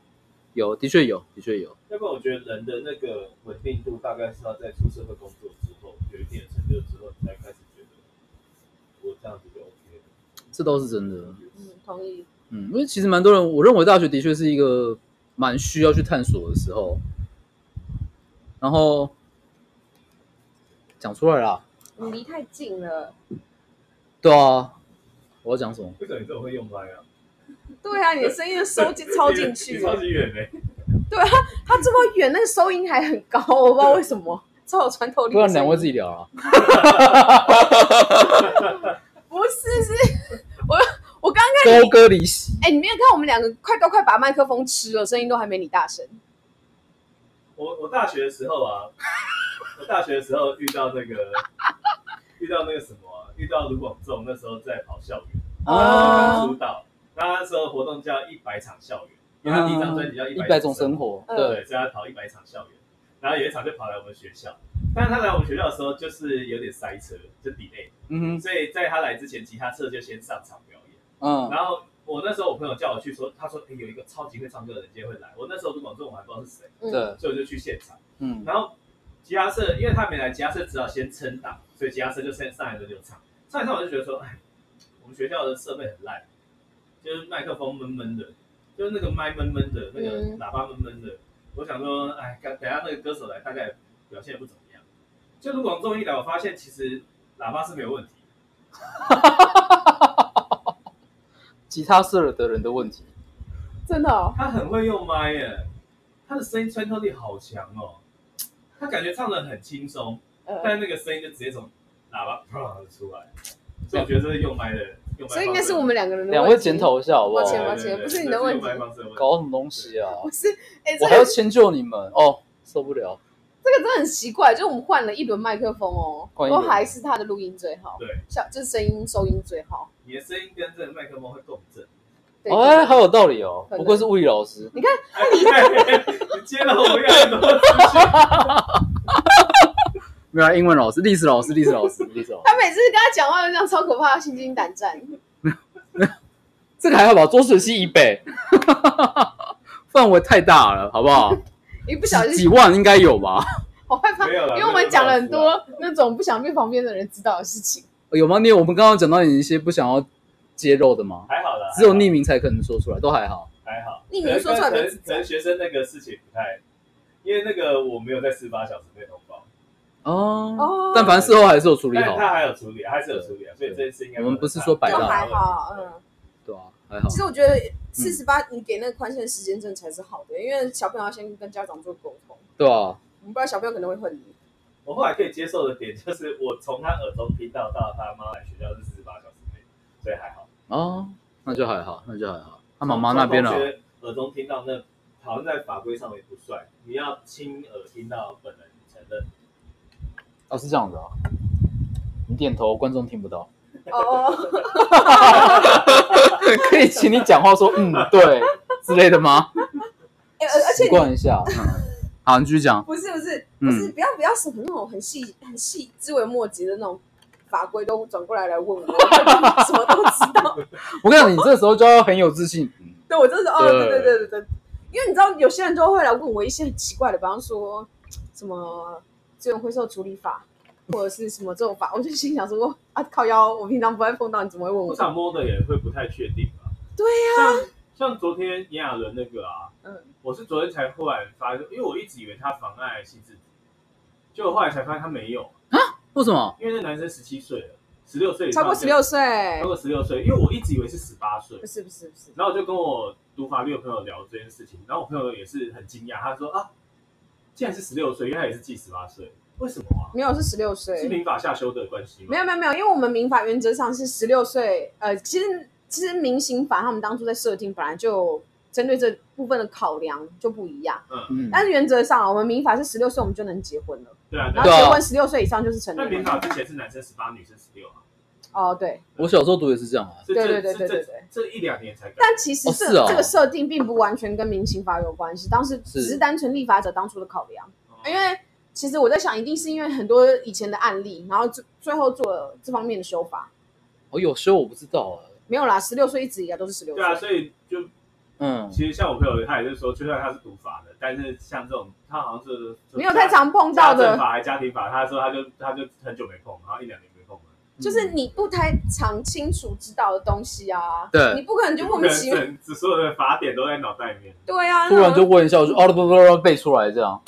Speaker 2: 有，的确有，的确有，
Speaker 3: 要不然我觉得人的那个稳定度，大概是要在出社会工作之后，有一定的成就之后，你才开始觉得我这样子就 OK 了。
Speaker 2: 这倒是真的。
Speaker 1: 嗯，同意。
Speaker 2: 嗯，因为其实蛮多人，我认为大学的确是一个蛮需要去探索的时候。然后讲出来啦，
Speaker 1: 你离太近了。
Speaker 2: 对啊，我要讲什么？
Speaker 3: 为什么你这么会用麦啊？
Speaker 1: 对啊，你的声音收 进超进去
Speaker 3: 你，超级远嘞、
Speaker 1: 它这么远，那个收音还很高，我不知道为什么， 超有穿透力。
Speaker 2: 不然两位自
Speaker 1: 己。
Speaker 2: 己聊啊。
Speaker 1: 不是，是 我我刚刚看
Speaker 2: 高
Speaker 1: 你，
Speaker 2: 歌离席，
Speaker 1: 哎、你没有看我们两个快都快把麦克风吃了，声音都还没你大声。
Speaker 3: 我我大学的时候啊，我大学的时候遇到那个遇到那个什么、啊，遇到卢广仲，那时候在跑校园，
Speaker 1: 啊
Speaker 3: 刚
Speaker 2: 啊，
Speaker 3: 出道，那时候活动叫一百场校园，因为他第一张专辑叫
Speaker 2: 一
Speaker 3: 100
Speaker 2: 百种生活，
Speaker 1: 嗯
Speaker 2: 对，
Speaker 3: 对，所以他跑一百场校园，然后有一场就跑来我们学校，但是他来我们学校的时候就是有点塞车，就 delay，
Speaker 2: 嗯
Speaker 3: 所以在他来之前，吉他社就先上场表演。
Speaker 2: 哼，嗯，
Speaker 3: 然后我那时候我朋友叫我去说，他说、哎诶有一个超级会唱歌的人今天会来，我那时候都广州我还不知道是谁，
Speaker 1: 嗯，
Speaker 2: 对，
Speaker 3: 所以我就去现场。
Speaker 2: 嗯
Speaker 3: 然后吉他社因为他没来，吉他社只好先撑档，所以吉他社就先上来轮流唱，上一唱我就觉得说，哎，我们学校的设备很烂，就是麦克风闷闷的，就是那个麦闷闷的，那个
Speaker 1: 嗯
Speaker 3: 喇叭闷闷的。我想说，哎，等等下那个歌手来，大概表现也不怎么样。就卢广仲一来，我发现其实喇叭是没有问题，
Speaker 2: 吉他社的人的问题，
Speaker 1: 真的、哦。
Speaker 3: 他很会用麦耶，他的声音穿透力好强哦，他感觉唱的很轻松。
Speaker 1: 呃，
Speaker 3: 但那个声音就直接从喇 叭啪啊出来，所以我觉得这是用麦的，用麦方式
Speaker 1: 所以应该是我们两个人的
Speaker 2: 两位
Speaker 1: 问题
Speaker 2: 检。讨一下好不好
Speaker 1: 抱？
Speaker 3: 对
Speaker 1: 歉
Speaker 3: 对
Speaker 1: 抱
Speaker 3: 对
Speaker 1: 歉
Speaker 3: 对对
Speaker 1: 不是你的问题
Speaker 3: 这用麦方式的问题
Speaker 2: 搞什么东西啊？
Speaker 1: 不是，哎、这
Speaker 2: 我还要
Speaker 1: 个
Speaker 2: 迁就你们哦，受不了。
Speaker 1: 这个真的很奇怪，就是我们换了一轮麦克风哦，
Speaker 2: 换一轮
Speaker 1: 都还是他的录音最好，
Speaker 3: 对，
Speaker 1: 小就是声音收音最好。
Speaker 3: 你的声音跟这个麦克风会共振。
Speaker 1: 对，
Speaker 2: 哦，哎，好有道理哦，
Speaker 1: 可能
Speaker 2: 不愧是物理老师。
Speaker 3: 哎你接了我越来越多资讯，
Speaker 2: 没有啊，英文老师、历史老师、历史老师、 历史老师，
Speaker 1: 他每次跟他讲话都这样超可怕，心惊胆战。
Speaker 2: 这个还好吧？浊水溪以北 范围太大了，好不好？
Speaker 1: 一不小
Speaker 2: 几
Speaker 1: 心，
Speaker 2: 万应该有吧？
Speaker 1: 好害怕，
Speaker 3: 没有啦啊
Speaker 1: 因为我们讲了很多那种不想被旁边的人知道的事情。
Speaker 2: 有吗？你我们刚刚讲到你一些不想要揭露的吗？
Speaker 3: 还好啦，
Speaker 2: 只有匿名才可能说出来，都还好。
Speaker 3: 还好，
Speaker 1: 匿名说出来
Speaker 3: 可
Speaker 1: 没
Speaker 3: 能可能学生那个事情不太，因为那个我没有在四十八小时内通报，
Speaker 2: 哦，
Speaker 1: 哦，
Speaker 2: 但凡事后还是有处理
Speaker 3: 但
Speaker 2: 好，啊
Speaker 3: 他还有处理，他还是有处理啊，所以这件事应该
Speaker 2: 我们不是说摆啊
Speaker 1: 就
Speaker 2: 烂
Speaker 1: 还好，嗯。
Speaker 2: 对啊，还好
Speaker 1: 其。实我觉得四十八，你给那个宽限时间真的才是好的，因为小朋友要先跟家长做沟通，
Speaker 2: 对啊，
Speaker 1: 我们不然小朋友可能会混你。
Speaker 3: 我后来可以接受的点就是，我从他耳中听到到他妈来学校是四十八小时内，所以还好。
Speaker 2: 哦，那就还好，那就还好。他妈妈那边啊
Speaker 3: 从
Speaker 2: 了
Speaker 3: 同，学耳中听到那好像在法规上也不算，你要亲耳听到本人承认。
Speaker 2: 哦，是这样子啊。你点头，观众听不到。
Speaker 1: 哦，
Speaker 2: 可以请你讲话说嗯对之类的吗？
Speaker 1: 哎 而而且
Speaker 2: 习
Speaker 1: 你
Speaker 2: 惯一嗯下。嗯，好，你继续讲。
Speaker 1: 不是不是不是，不要不要什么那种很细很细枝微末节的那种法规都转过来来问我，我什么都知道。
Speaker 2: 我跟你讲，你这时候就要很有自信。嗯
Speaker 1: 对我真的是哦，
Speaker 2: 对
Speaker 1: 对对对对对，因为你知道有些人就会来问我一些很奇怪的，比方说什么资源回收处理法。或者是什么这种法，我就心想说啊靠腰，我平常不会碰到，你怎么会问
Speaker 3: 我
Speaker 1: 我？
Speaker 3: 想摸的也会不太确定吧。
Speaker 1: 对
Speaker 3: 呀、像像昨天炎亚纶那个啊，
Speaker 1: 嗯
Speaker 3: 我是昨天才忽然发现，因为我一直以为他妨碍性自主，结果后来才发现他没有，
Speaker 2: 为什么？
Speaker 3: 因为那男生十七岁了，十六岁以上
Speaker 1: 超过十六岁，
Speaker 3: 超过十六岁，因为我一直以为是十八岁
Speaker 1: 不，是不是不是，
Speaker 3: 然后我就跟我读法律的朋友聊这件事情，然后我朋友也是很惊讶，他说啊，既然是十六岁，因为他也是记十八岁，为什么啊？
Speaker 1: 没有是十六
Speaker 3: 是
Speaker 1: 岁，
Speaker 3: 民法下修的关系吗？
Speaker 1: 没有没有没有，因为我们民法原则上是十六岁，呃，其实其实民刑法他们当初在设定本来就针对这部分的考量就不一样，
Speaker 3: 嗯，
Speaker 2: 嗯，
Speaker 1: 但是原则上啊我们民法是十六岁我们就能结婚了，
Speaker 3: 对啊，
Speaker 1: 然
Speaker 3: 对
Speaker 1: 后
Speaker 3: 啊。
Speaker 1: 结婚十六岁以上就是成
Speaker 3: 那
Speaker 1: 年
Speaker 3: 民
Speaker 1: 人，
Speaker 3: 法之前是男生十八，女生十六啊，
Speaker 1: 哦对，
Speaker 2: 我小时候读也是这样啊。
Speaker 3: 是
Speaker 1: 对
Speaker 3: 这
Speaker 1: 对对
Speaker 3: 是
Speaker 1: 对
Speaker 3: 这
Speaker 1: 对对
Speaker 3: 这一两年才改。
Speaker 1: 但其实
Speaker 2: 哦
Speaker 1: 这、
Speaker 2: 是哦
Speaker 1: 这个设定并不完全跟民刑法有关系，当时只
Speaker 2: 是
Speaker 1: 是单纯立法者当初的考量。
Speaker 3: 哦
Speaker 1: 因为其实我在想，一定是因为很多以前的案例，然后最最后做了这方面的修法。
Speaker 2: 我哦有时候我不知道啊。
Speaker 1: 没有啦，十六岁一直以来都是十六
Speaker 3: 对啊，
Speaker 1: 岁。
Speaker 3: 所以就
Speaker 2: 嗯，
Speaker 3: 其实像我朋友，他也是说，就算他是读法的，但是像这种他好像是
Speaker 1: 没有太常碰
Speaker 3: 家
Speaker 1: 到
Speaker 3: 政
Speaker 1: 的，
Speaker 3: 法还家庭法，他说他就他就很久没碰，然后一两年没碰了。
Speaker 1: 就是你不太常清楚知道的东西啊。
Speaker 2: 对
Speaker 1: 你不可能就莫
Speaker 3: 可
Speaker 1: 名
Speaker 3: 能
Speaker 1: 其妙。
Speaker 3: 整 只所有的法典都在脑袋里面。
Speaker 1: 对啊，
Speaker 2: 突然就
Speaker 1: 那
Speaker 2: 问一下，我就哦不不不不背出来这样，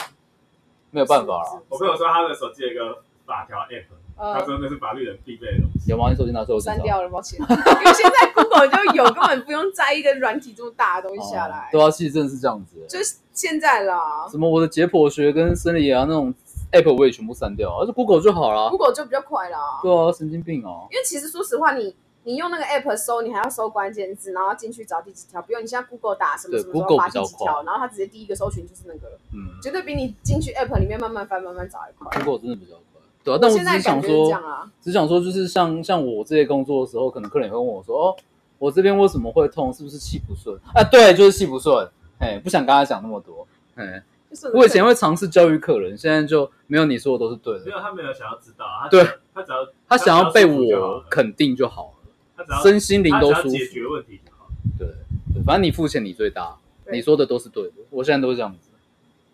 Speaker 2: 没有办法
Speaker 1: 是
Speaker 2: 啊。
Speaker 1: 是
Speaker 3: 我朋友说他的手机有一个法条 app，、他
Speaker 1: 呃，
Speaker 3: 说那是法律人必备的东西。
Speaker 2: 有吗？你手机拿哦出来我
Speaker 1: 删
Speaker 2: 看看
Speaker 1: 掉了，抱歉，因为现在 Google 就有，根本不用在意一个软体这么大的东西下
Speaker 2: 哦
Speaker 1: 来。
Speaker 2: 对啊，其实真的是这样子。
Speaker 1: 就是现在啦
Speaker 2: 什么我的解剖学跟生理啊那种 app 我也全部删掉，而且 Google 就好了。
Speaker 1: ，Google 就比较快啦。
Speaker 2: 哦对啊，神经病哦。
Speaker 1: 因为其实说实话，你你用那个 app 搜，你还要搜关键字，然后进去找第几条。不用你现在 Google 打什么
Speaker 2: 对
Speaker 1: 什么什么
Speaker 2: Google
Speaker 1: 发
Speaker 2: 比较
Speaker 1: 第几
Speaker 2: 快
Speaker 1: 条，然后它直接第一个搜寻就是那个了，
Speaker 2: 嗯
Speaker 1: 绝对比你进去 app 里面慢慢翻慢慢找还快。
Speaker 2: ，Google 真的比较快。对啊，但我
Speaker 1: 现
Speaker 2: 只
Speaker 1: 在
Speaker 2: 是
Speaker 1: 感
Speaker 2: 想
Speaker 1: 觉是这
Speaker 2: 说
Speaker 1: 样，啊，
Speaker 2: 只想说就是像像我这些工作的时候，可能客人也会问我说，哦，我这边为什么会痛？是不是气不顺？啊，对，就是气不顺。哎，不想跟他讲那么多。哎，
Speaker 1: 就是
Speaker 2: 我以前会尝试教育客人，现在就没有你说的都是对
Speaker 3: 没
Speaker 2: 的。
Speaker 3: 有，他没有想要知道，啊他
Speaker 2: 对
Speaker 3: 他只要
Speaker 2: 他想要被我
Speaker 3: 他
Speaker 2: 肯定就好了，
Speaker 3: 只要
Speaker 2: 身心灵
Speaker 3: 他只
Speaker 2: 都
Speaker 3: 要
Speaker 2: 舒服
Speaker 3: 解。决问题就好。
Speaker 2: 对，对反正你付钱你最大，
Speaker 1: 对
Speaker 2: 你说的都是对的。我现在都是这样子，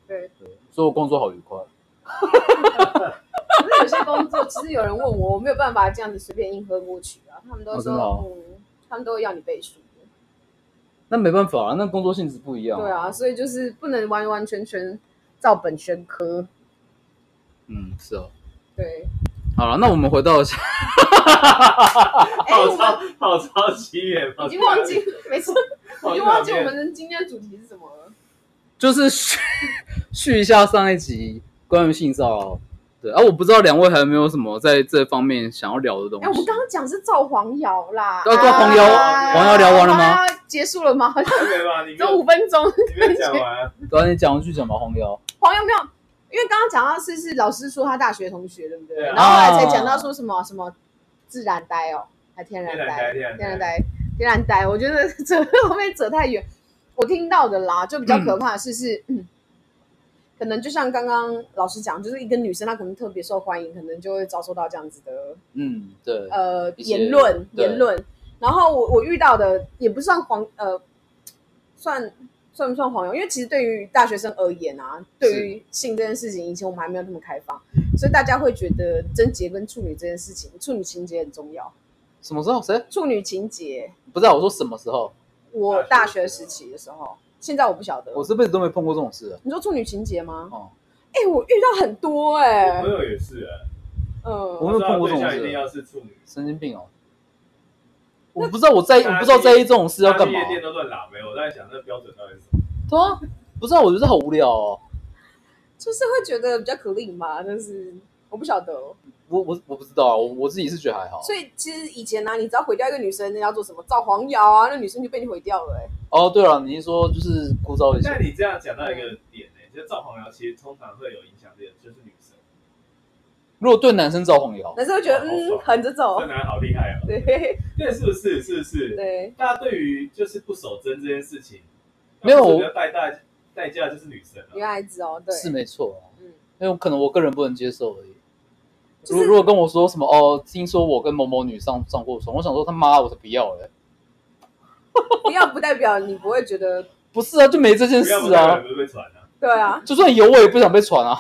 Speaker 1: 对，
Speaker 2: 所以我工作好愉快。
Speaker 1: 可是有些工作，其实有人问我，我没有办法这样子随便应和过去啊。他们都
Speaker 2: 哦
Speaker 1: 说，
Speaker 2: 真的哦
Speaker 1: 嗯，他们都会要你背书的。
Speaker 2: 那没办法啊，那工作性质不一样、
Speaker 1: 对啊，，所以就是不能完完全全照本宣科。
Speaker 2: 嗯，是哦。
Speaker 1: 对，
Speaker 2: 好了，那我们回到下，
Speaker 1: 哎、
Speaker 3: 好
Speaker 1: 我们
Speaker 3: 超好超七月，
Speaker 1: 已经忘记，没错，
Speaker 3: 好
Speaker 1: 已经忘记我们的今天的主题是什么了。
Speaker 2: 就是 续续一下上一集关于性骚扰。对啊，我不知道两位还有没有什么在这方面想要聊的东
Speaker 1: 哎、
Speaker 2: 西。
Speaker 1: 我们刚刚讲是赵黄瑶啦，
Speaker 2: 对
Speaker 3: 赵黄瑶黄
Speaker 2: 瑶聊完了吗？
Speaker 1: 结束了 吗？好像
Speaker 3: 对吧？你没
Speaker 1: 这五
Speaker 3: 有
Speaker 1: 分钟，
Speaker 3: 你没有讲完，
Speaker 2: 对啊，你讲完去讲吧，红瑶。
Speaker 1: 黄瑶没有，因为刚刚讲到是是老师说他大学同学，对不对？
Speaker 3: 对啊
Speaker 1: 然后后来才讲到说什么什么自然呆哦，还天然呆，
Speaker 3: 天然
Speaker 1: 天
Speaker 3: 呆
Speaker 1: 然呆，天然呆，我觉得扯后面扯太远。我听到的啦，就比较可怕的是是。嗯可能就像刚刚老师讲，就是一个女生她可能特别受欢迎，可能就会遭受到这样子的
Speaker 2: 嗯，对，
Speaker 1: 呃
Speaker 2: 一些
Speaker 1: 言论
Speaker 2: 对
Speaker 1: 言论。然后我我遇到的也不算黄呃，算算不算黄油？因为其实对于大学生而言啊，对于性这件事情，以前我们还没有那么开放，所以大家会觉得贞洁跟处女这件事情，处女情节很重要。
Speaker 2: 什么时候？谁？
Speaker 1: 处女情节，
Speaker 2: 不知道我说什么时候，
Speaker 1: 我
Speaker 3: 大
Speaker 1: 大
Speaker 3: 学
Speaker 1: 学
Speaker 3: 时
Speaker 1: 时期的时候，现在我不晓得。
Speaker 2: 我这辈子都没碰过这种事啊。
Speaker 1: 你说处女情节吗？
Speaker 2: 哦，
Speaker 1: 哎、我遇到很多哎、
Speaker 3: 我朋友也是啊，
Speaker 2: 我
Speaker 1: 嗯，
Speaker 2: 没有碰过这
Speaker 3: 对
Speaker 2: 种
Speaker 3: 象一定
Speaker 2: 事，
Speaker 3: 要是处女，
Speaker 2: 神经病哦。我不知道我在意，我不知道在意这种事要干嘛
Speaker 3: 大家去夜。店都乱拉没？我在想那标准到底是什么？
Speaker 2: 对啊，不知道，我觉得好无聊哦。
Speaker 1: 就是会觉得比较可怜吧，但是我不晓得哦。
Speaker 2: 我我我不知道啊，我我自己是觉得还好。
Speaker 1: 所以其实以前呢、啊你只要毁掉一个女生，那要做什么？造黄谣啊，那女生就被你毁掉了、欸。
Speaker 2: 哦，对了，你是说就是枯燥一
Speaker 3: 但
Speaker 2: 些？
Speaker 3: 你这样讲到一个点呢，就是赵黄瑶其实通常会有影响力的就是女生，
Speaker 2: 如果对男生招黄谣，
Speaker 1: 男生会觉得
Speaker 3: 好
Speaker 1: 嗯
Speaker 3: 爽
Speaker 1: 横着走
Speaker 3: 这，男人好厉害哦。
Speaker 1: 对
Speaker 3: 对，是不是？是不 是？
Speaker 1: 对，
Speaker 3: 大家对于就是不守贞这件事情，
Speaker 2: 没有
Speaker 3: 要不是比较带大代价就是女生
Speaker 1: 女
Speaker 3: 啊。
Speaker 1: 孩子哦，对，
Speaker 2: 是没错啊、
Speaker 1: 嗯，
Speaker 2: 因为可能我个人不能接受而已。
Speaker 1: 就
Speaker 2: 如
Speaker 1: 是
Speaker 2: 如果跟我说什么哦，听说我跟某某女上上过床，我想说他妈我才不要嘞、
Speaker 1: 不要不代表你不会觉得，
Speaker 2: 不是啊，就没这件
Speaker 3: 不
Speaker 2: 事
Speaker 3: 要不然
Speaker 2: 啊，
Speaker 3: 会被传 啊，
Speaker 1: 对啊，
Speaker 2: 就算有我也不想被传啊。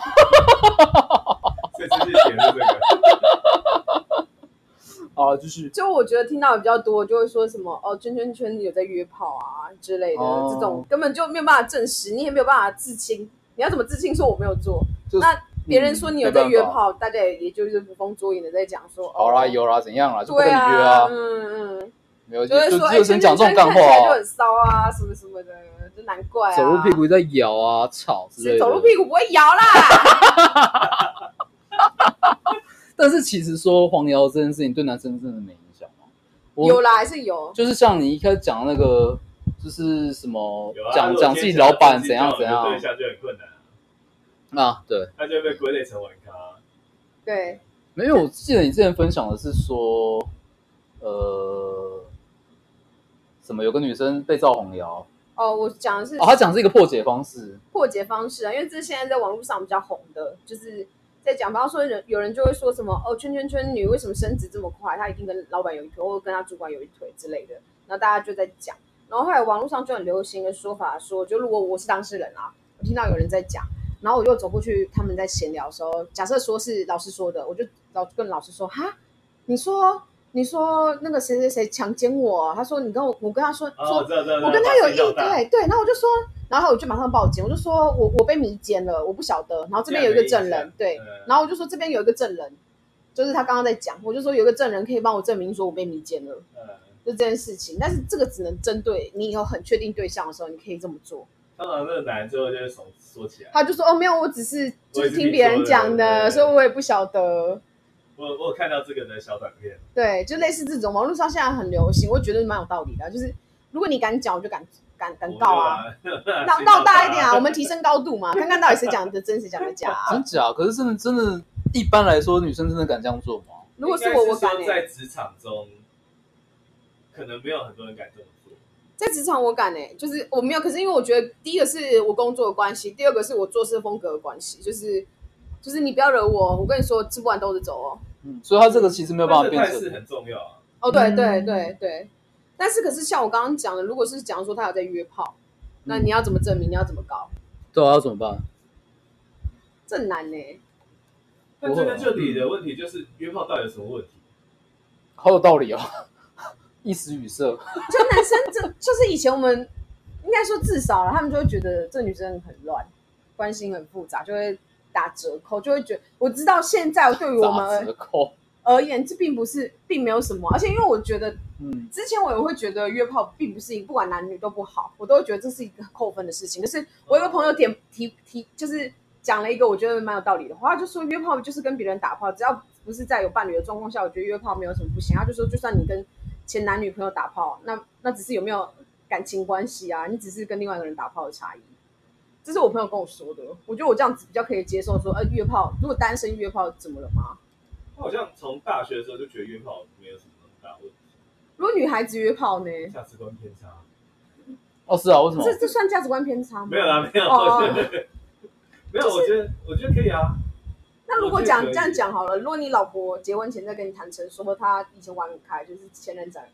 Speaker 3: 所以这是结论这个。
Speaker 2: 啊，就是
Speaker 1: 就我觉得听到的比较多，就会说什么哦，圈圈圈有在约炮啊之类的，
Speaker 2: 哦
Speaker 1: 这种根本就没有办法证实，你也没有办法自清，你要怎么自清说我没有做？
Speaker 2: 就是嗯
Speaker 1: 那别人说你有在约
Speaker 2: 没办法，
Speaker 1: 炮，大家也也就是捕风捉影的在讲说，
Speaker 2: 好
Speaker 1: 哦，
Speaker 2: 啦有啦怎样啦，就不
Speaker 1: 对
Speaker 2: 跟你约
Speaker 1: 啊，
Speaker 2: 啊，
Speaker 1: 嗯嗯，
Speaker 2: 没有
Speaker 1: 就会
Speaker 2: 就
Speaker 1: 说
Speaker 2: 只
Speaker 1: 哎，
Speaker 2: 有
Speaker 1: 圈
Speaker 2: 神讲
Speaker 1: 圈
Speaker 2: 这
Speaker 1: 圈
Speaker 2: 种干
Speaker 1: 看
Speaker 2: 话
Speaker 1: 起来就
Speaker 2: 啊
Speaker 1: 很，骚啊，什么什么的，就难怪啊，
Speaker 2: 走路屁股在摇啊，吵之类
Speaker 1: 是
Speaker 2: 的。
Speaker 1: 走路屁股不会摇啦，
Speaker 2: 但是其实说黄谣这件事情对男生真的没影响吗？我
Speaker 1: 有啦还是有，
Speaker 2: 就是像你一开始讲那个，就是什么
Speaker 3: 有啊啊
Speaker 2: 讲
Speaker 3: 如果
Speaker 2: 讲
Speaker 3: 今
Speaker 2: 自
Speaker 3: 天
Speaker 2: 己老板
Speaker 3: 想要
Speaker 2: 怎样怎
Speaker 3: 自己交
Speaker 2: 样
Speaker 3: 往的对象就很困难啊，
Speaker 2: 啊，对，
Speaker 3: 他就会被归类成玩咖。啊
Speaker 1: 对，
Speaker 2: 没有，我记得你之前分享的是说，呃，什么有个女生被赵红瑶，
Speaker 1: 哦，我讲的是
Speaker 2: 哦，她讲是一个破解方式，
Speaker 1: 破解方式啊，因为这是现在在网络上比较红的，就是在讲，比方说人有人就会说什么哦，圈圈圈女为什么升职这么快？她一定跟老板有一腿，或者跟她主管有一腿之类的。然后大家就在讲，然后后来网络上就很流行的说法说，就如果我是当事人啊，我听到有人在讲，然后我就走过去，他们在闲聊的时候，假设说是老师说的，我就老跟老师说哈，你说你说那个谁谁谁强奸我，啊他说你跟我我跟他说
Speaker 3: 啊，
Speaker 1: 说
Speaker 3: 我知道，知道，
Speaker 1: 我跟他有异对
Speaker 3: 对，
Speaker 1: 对，然后我就说，然后我就马上报警，我就说我我被迷奸了，我不晓得。然后这边有一个证
Speaker 3: 这样没
Speaker 1: 人
Speaker 3: 印，
Speaker 1: 对
Speaker 3: 嗯，
Speaker 1: 然后我就说这边有一个证人，就是他刚刚在讲，我就说有一个证人可以帮我证明说我被迷奸了，
Speaker 3: 嗯，
Speaker 1: 就这件事情。但是这个只能针对你以后很确定对象的时候，你可以这么做。
Speaker 3: 通常那个男的最后就会手缩起来。
Speaker 1: 他就说哦没有，我只是就
Speaker 3: 我也
Speaker 1: 是
Speaker 3: 是
Speaker 1: 听
Speaker 3: 听
Speaker 1: 别人
Speaker 3: 说的
Speaker 1: 讲的，
Speaker 3: 对
Speaker 1: 所以我也不晓得。
Speaker 3: 我我有看到这个的小短片，
Speaker 1: 对，就类似这种，网络上现在很流行，我觉得蛮有道理的。啊就是如果你敢讲，我就敢敢敢告啊。
Speaker 3: 我们就 把，
Speaker 1: 闹闹大一 点啊，我们提升高度嘛，看看到底谁讲的真，谁讲的假、
Speaker 2: 真假？可是真的真的，一般来说，女生真的敢这样做吗？
Speaker 1: 如果是我，我敢
Speaker 2: 欸
Speaker 3: 应该是说
Speaker 1: 哎、
Speaker 3: 在职场中，可能没有很多人敢这么做。
Speaker 1: 在职场我敢哎、就是我没有，可是因为我觉得第一个是我工作的关系，第二个是我做事风格的关系，就是就是你不要惹我，我跟你说吃不完兜着走哦。
Speaker 2: 嗯，所以她这个其实没有办法
Speaker 3: 嗯但是
Speaker 2: 变
Speaker 3: 态势
Speaker 2: 成，
Speaker 3: 很重要啊。
Speaker 1: 哦，对
Speaker 2: 嗯
Speaker 1: 对对对，但是可是像我刚刚讲的，如果是讲说他有在约炮，那你要怎么证明？你要怎么搞？
Speaker 2: 对啊，要怎么办？
Speaker 1: 这很难呢、欸
Speaker 3: 但追根
Speaker 1: 啊
Speaker 3: 究底的问题就是约炮到底有什么问题？
Speaker 2: 好有道理哦， 一时语塞。
Speaker 1: 就男生这就是以前我们应该说至少了，他们就会觉得这女生很乱，关心很复杂，就会打折扣，就会觉我知道现在对于我
Speaker 2: 打
Speaker 1: 们
Speaker 2: 折扣，
Speaker 1: 而言，这并不是并没有什么，而且因为我觉得
Speaker 2: 嗯，
Speaker 1: 之前我也会觉得约炮并不是一不管男女都不好，我都会觉得这是一个扣分的事情。可是我有个朋友点提提就是讲了一个我觉得蛮有道理的话，他就说约炮就是跟别人打炮，只要不是在有伴侣的状况下，我觉得约炮没有什么不行。他就说，就算你跟前男女朋友打炮，那那只是有没有感情关系啊，你只是跟另外一个人打炮的差异。这是我朋友跟我说的，我觉得我这样子比较可以接受说，呃，约炮如果单身约炮怎么了吗？
Speaker 3: 我好像从大学的时候就觉得约炮没有什么很大问题，
Speaker 1: 如果女孩子约炮呢？
Speaker 3: 价值观偏差。
Speaker 2: 哦是啊，为什么
Speaker 1: 这？这算价值观偏差吗？
Speaker 3: 没有啦，没有，
Speaker 1: 哦
Speaker 3: 我觉得 没有，我觉得我觉得可以啊。
Speaker 1: 那如果
Speaker 3: 我
Speaker 1: 讲
Speaker 3: 觉得可
Speaker 1: 这
Speaker 3: 以
Speaker 1: 样讲好了，如果你老婆结婚前再跟你坦诚说她以前玩很开，就是前任斩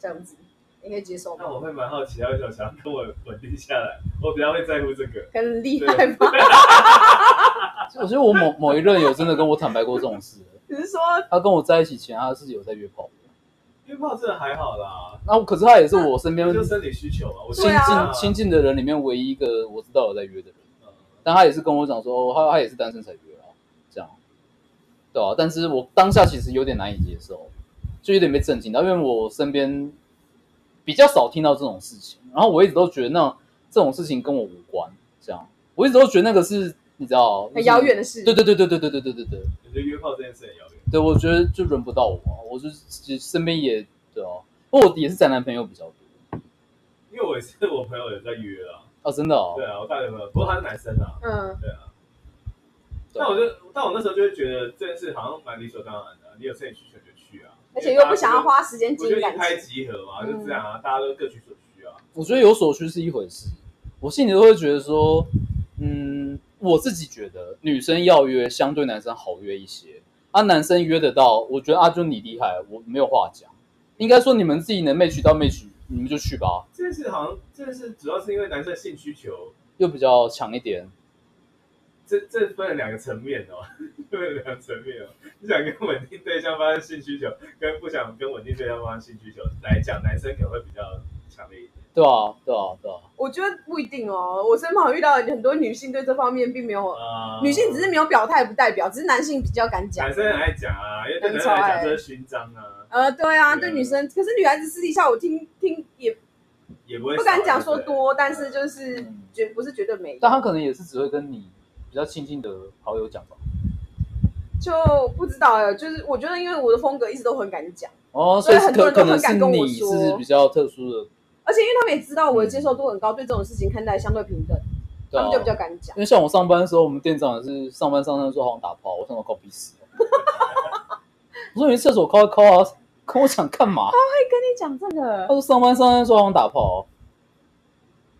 Speaker 1: 这样子，你可以接受
Speaker 3: 那
Speaker 1: 吗？
Speaker 3: 我会蛮好奇，他为什么想要跟我稳定下来？我比较会在乎这个。
Speaker 1: 很厉害吧？
Speaker 3: 啊
Speaker 2: 我觉得我某某一任有真的跟我坦白过这种事，
Speaker 1: 只是说
Speaker 2: 她跟我在一起前，她是有在约炮的。
Speaker 3: 约炮真的还好啦，
Speaker 2: 那可是他也是我身边
Speaker 3: 就
Speaker 2: 亲
Speaker 3: 生理需求嘛。我觉
Speaker 2: 近
Speaker 1: 对啊
Speaker 2: 嗯亲近的人里面唯一一个我知道有在约的人，
Speaker 3: 嗯
Speaker 2: 但他也是跟我讲说，哦，他他也是单身才约啊，这样，对啊，但是我当下其实有点难以接受，就有点被震惊到，因为我身边比较少听到这种事情，然后我一直都觉得那这种事情跟我无关，这样，我一直都觉得那个是你知道
Speaker 1: 很遥远，的事，
Speaker 2: 就是对对对对对对对对对对，
Speaker 3: 我觉得约炮这件事很遥远。
Speaker 2: 对，我觉得就轮不到我、啊，我就其实身边也对哦、因为我也是宅男朋友比较多
Speaker 3: 因为我也是我朋友有在约啦，
Speaker 2: 啊，真的哦，
Speaker 3: 对啊，我大学朋友，不过他是男生啊，
Speaker 1: 嗯，
Speaker 3: 对啊。
Speaker 2: 对啊
Speaker 3: 但我就，但我那时候就会觉得这件事好像蛮理所当然的啊，你有生理需求就去啊，
Speaker 1: 而且又不想要，花时间
Speaker 3: 我
Speaker 1: 经
Speaker 3: 就
Speaker 1: 营
Speaker 3: 一
Speaker 1: 感嗯
Speaker 3: 拍
Speaker 1: 情，
Speaker 3: 即合嘛，就这样啊，大家都各取所需啊。
Speaker 2: 我觉得有所需是一回事，我心里都会觉得说，嗯，我自己觉得女生要约相对男生好约一些，啊，男生约得到，我觉得啊，就你厉害，我没有话讲。应该说你们自己能 match 到 match，你们就去吧，
Speaker 3: 这件事好像这件事主要是因为男生的性需求，
Speaker 2: 又比较强一点。
Speaker 3: 这这分了两个层面哦， 分了两个层面哦。你想跟稳定对象发生性需求，跟不想跟稳定对象发生性需求来讲，男生可能会比较强烈一点。
Speaker 2: 对啊，对啊，对啊，
Speaker 1: 我觉得不一定哦。我身旁遇到很多女性对这方面并没有，
Speaker 3: 啊、
Speaker 1: 哦女性只是没有表态不代表，只是男性比较敢讲
Speaker 3: 男。生很爱讲啊，因为对男生
Speaker 1: 欸
Speaker 3: 来讲这是勋章啊，
Speaker 1: 呃，对啊，
Speaker 3: 对
Speaker 1: 对女生，可是女孩子私底下我听听也
Speaker 3: 也不会
Speaker 1: 不敢讲说多，但是就是
Speaker 2: 嗯
Speaker 1: 绝不是绝对没有，
Speaker 2: 但他可能也是只会跟你比较亲近的好友讲吧。
Speaker 1: 就不知道了。就是我觉得，因为我的风格一直都很敢讲，
Speaker 2: 哦，所
Speaker 1: 所
Speaker 2: 以
Speaker 1: 以
Speaker 2: 是
Speaker 1: 很多
Speaker 2: 可
Speaker 1: 人
Speaker 2: 可
Speaker 1: 都
Speaker 2: 能
Speaker 1: 很
Speaker 2: 是
Speaker 1: 敢跟我
Speaker 2: 你
Speaker 1: 说
Speaker 2: 是比较特殊的，
Speaker 1: 而且因为他们也知道我的接受度很高，对这种事情看待相对平等，
Speaker 2: 对
Speaker 1: 他
Speaker 2: 啊
Speaker 1: 们就比较敢讲
Speaker 2: 因。为像我上班的时候，我们店长也是上班上上说好像打炮，我想我搞逼死了。 我说你去厕所敲一敲啊，跟我讲干嘛？
Speaker 1: 会啊跟你讲这个
Speaker 2: 他，说上班上班说好像打炮，啊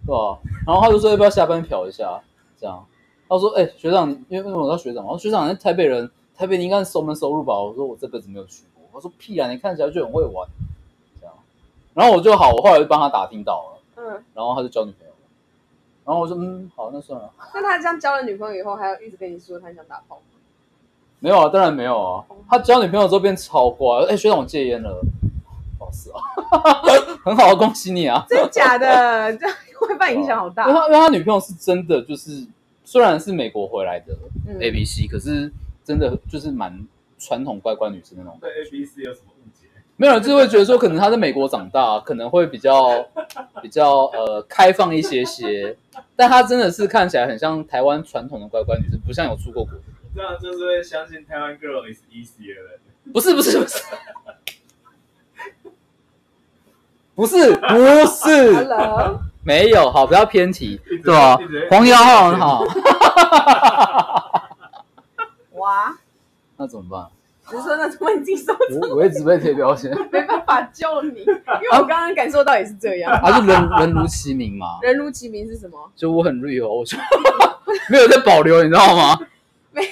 Speaker 2: 对吧、然后他就说要不要下班瞟一下，这样。他说哎、学长，你因为我叫学长嘛，我说学长你是台北人，台北你应该是熟门熟路吧？我说我这辈子没有去过。他说屁啊，你看起来就很会玩，这样。然后我就好，我后来就帮他打听到了，
Speaker 1: 嗯，
Speaker 2: 然后他就交女朋友了。然后我说嗯好，那算了。
Speaker 1: 那他这样交了女朋友以后，还要一直跟你说他想打炮吗？
Speaker 2: 没有啊，当然没有啊。他交女朋友之后变超乖，哎、学长我戒烟了，哦是啊， 很好，恭喜你 啊。
Speaker 1: 真的假的？这样会不会影响好
Speaker 2: 因为
Speaker 1: 大。
Speaker 2: 他因为他女朋友是真的就是，虽然是美国回来的
Speaker 1: 嗯
Speaker 2: A B C，、可是真的就是蛮传统乖乖女生那种。
Speaker 3: 对 A B C 有什么误解？
Speaker 2: 没有人就会觉得说，可能他在美国长大，可能会比较 比较呃开放一些些，但他真的是看起来很像台湾传统的乖乖女生，不像有出过国的。
Speaker 3: 这样就是会相信台湾 girl is easy 的人。
Speaker 2: 不是不是不是，不是不是，
Speaker 1: Hello，
Speaker 2: 没有好，不要偏题
Speaker 3: 一直，
Speaker 2: 对吧
Speaker 3: 一直？
Speaker 2: 黄瑶浩很好，
Speaker 1: 哇，
Speaker 2: 那怎么办？
Speaker 1: 只是说那是问自己说，
Speaker 2: 我我一直被贴标签，
Speaker 1: 没办法救你，因为我刚刚感受到也是这样。
Speaker 2: 他是啊人人如其名嘛，
Speaker 1: 人如其名是什么？
Speaker 2: 就我很 real，我就 没有在保留，你知道吗？
Speaker 1: 没，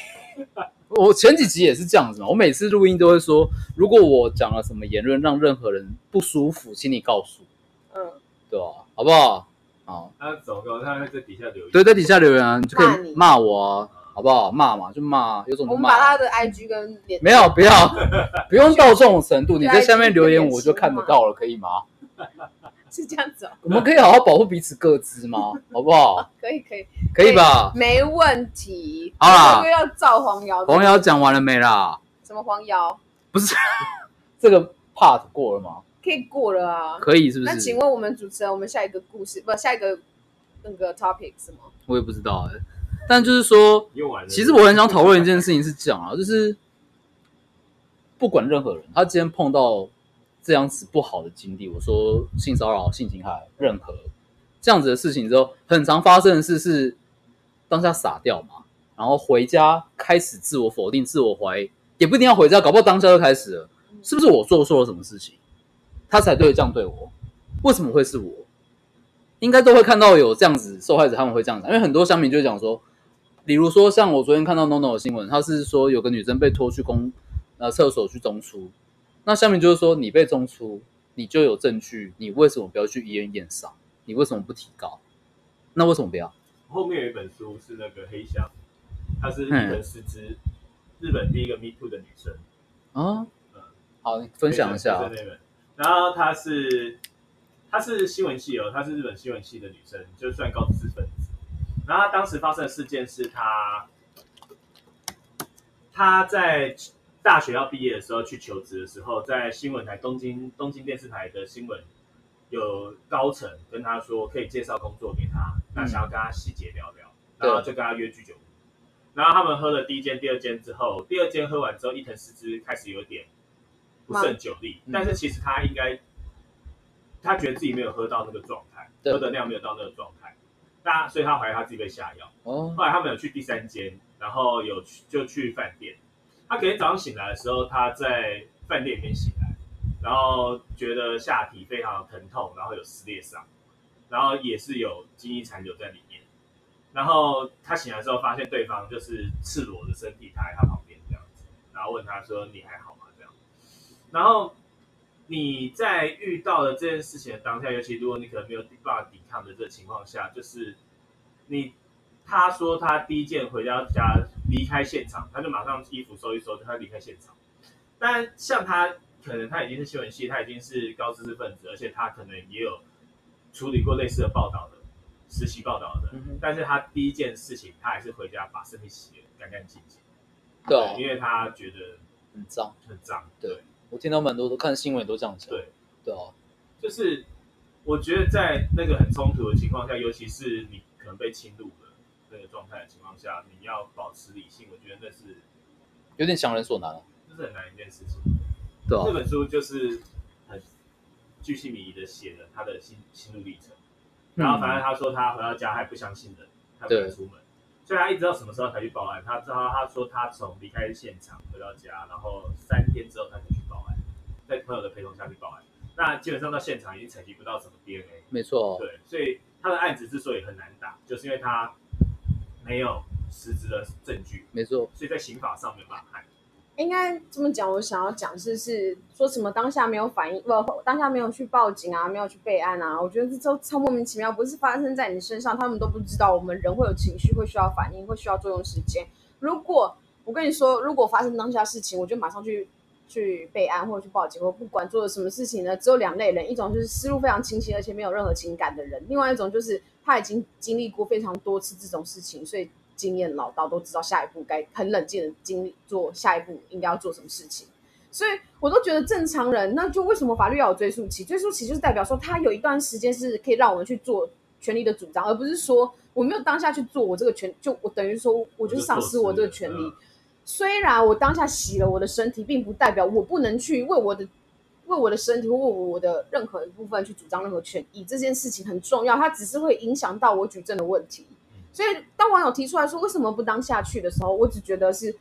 Speaker 2: 我前几集也是这样子嘛，我每次录音都会说，如果我讲了什么言论让任何人不舒服，请你告诉我，
Speaker 1: 嗯，
Speaker 2: 对吧？好不好？好。
Speaker 3: 他走高，他会在底下留言。
Speaker 2: 对，在底下留言啊，你就可
Speaker 1: 骂
Speaker 2: 以
Speaker 1: 你
Speaker 2: 骂我啊，好不好？骂嘛，就骂，有种
Speaker 1: 我
Speaker 2: 就
Speaker 1: 们把他
Speaker 2: 骂。
Speaker 1: 的 IG 跟脸
Speaker 2: 没有，不要， 不用到这种程度。你在下面留言，
Speaker 1: 对
Speaker 2: 我就看得到了，可以吗？
Speaker 1: 是这样子哦，
Speaker 2: 我们可以好好保护彼此各 自吗？好不好？
Speaker 1: 可以可以，
Speaker 2: 可以吧？
Speaker 1: 没问题。
Speaker 2: 好啦
Speaker 1: 这个要造黄瑶，
Speaker 2: 黄瑶讲完了没啦？
Speaker 1: 什么黄瑶
Speaker 2: 这个 part 过了吗？
Speaker 1: 可以过了啊。
Speaker 2: 可以是不
Speaker 1: 那请
Speaker 2: 是？
Speaker 1: 问我们主持人，我们下一个故事不下一个那个 topic 是吗？
Speaker 2: 我也不知道哎、但就是说，
Speaker 3: 用完了。
Speaker 2: 其实我很想讨论一件事情是这样啊，就是不管任何人，他今天碰到这样子不好的经历，我说性骚扰、性侵害，任何这样子的事情之后，很常发生的事是当下傻掉嘛，然后回家开始自我否定、自我怀疑，也不一定要回家，搞不好当下就开始了，是不是我做错了什么事情，他才对这样对我？为什么会是我？应该都会看到有这样子受害者，他们会这样讲，因为很多乡民就会讲说，比如说像我昨天看到 NONO 的新闻，他是说有个女生被拖去公呃厕所去中出，那下面就是说你被中出，你就有证据，你为什么不要去医院验伤？你为什么不提高？那为什么不要？
Speaker 3: 后面有一本书是那个黑箱，她是日本师资，日本第一个 Me Too 的女生，
Speaker 2: 啊？好，你分享一下啊
Speaker 3: 黑箱师资那本。然后她是她是新闻系哦，她是日本新闻系的女生，就算高知识分子。然后她当时发生的事件是她她在大学要毕业的时候去求职的时候，在新闻台东京东京电视台的新闻有高层跟她说可以介绍工作给她，那想要跟她细节聊聊，
Speaker 2: 嗯对
Speaker 3: 然后就跟她约居酒屋。然后他们喝了第一间、第二间之后，第二间喝完之后，伊藤诗织开始有点不胜酒力，
Speaker 2: 嗯
Speaker 3: 但是其实她应该，她觉得自己没有喝到那个状态，
Speaker 2: 对
Speaker 3: 喝的量没有到那个状态，那所以她怀疑她自己被下药。
Speaker 2: 哦。
Speaker 3: 后来他们有去第三间，然后有去就去饭店。他隔天早上醒来的时候，他在饭店里面醒来，然后觉得下体非常的疼痛，然后有撕裂伤，然后也是有精液残留在里面。然后他醒来之后，发现对方就是赤裸的身体躺在他旁边这样子，然后问他说：“你还好吗？”这样。然后你在遇到了这件事情的当下，尤其如果你可能没有办法抵抗的这个情况下，就是你他说他第一件回到家离开现场，他就马上衣服收一收，他离开现场。但像他可能他已经是新闻系，他已经是高知识分子，而且他可能也有处理过类似的报道的实习报道的，
Speaker 2: 嗯哼
Speaker 3: 但是他第一件事情，他还是回家把身体洗得干干净净，
Speaker 2: 对啊，
Speaker 3: 因为他觉得
Speaker 2: 很脏。
Speaker 3: 很脏。
Speaker 2: 对我听到蛮多都看新闻都这样讲。
Speaker 3: 对
Speaker 2: 对啊，
Speaker 3: 就是我觉得在那个很冲突的情况下，尤其是你可能被侵入的那个状态的情况下，你要保持理性，我觉得那是
Speaker 2: 有点强人所难啊。
Speaker 3: 那是很难一件事情。
Speaker 2: 对啊
Speaker 3: 这本书就是很巨细靡遗的写了他的心心路历程。然
Speaker 2: 嗯
Speaker 3: 后反正他说他回到家还不相信人，他不敢出门，所以他一直到什么时候才去报案？他知道他说他从离开现场回到家，然后三天之后他才去报案，在朋友的陪同下去报案。那基本上到现场已经采集不到什么 DNA，
Speaker 2: 没错，啊
Speaker 3: 对，所以他的案子之所以很难打，就是因为他没有实质的证据，
Speaker 2: 没错，
Speaker 3: 所以在刑法上没有办法判。
Speaker 1: 应该这么讲，我想要讲是是说什么当下没有反应，不当下没有去报警啊，没有去备案啊，我觉得这都超莫名其妙，不是发生在你身上，他们都不知道我们人会有情绪，会需要反应，会需要作用时间。如果我跟你说，如果发生当下事情，我就马上去去备案或者去报警，或不管做了什么事情呢，只有两类人，一种就是思路非常清晰，而且没有任何情感的人，另外一种就是他已经经历过非常多次这种事情，所以经验老道，都知道下一步该很冷静的经历做下一步应该要做什么事情。所以我都觉得正常人，那就为什么法律要有追溯期？追溯期就是代表说他有一段时间是可以让我们去做权利的主张，而不是说我没有当下去做我这个权，就我等于说我就丧失我嗯这个权利。虽然我当下洗了我的身体，并不代表我不能去为我的为我的身体或为我的任何一部分去主张任何权益。这件事情很重要，它只是会影响到我举证的问题。所以当网友提出来说为什么不当下去的时候，我只觉得是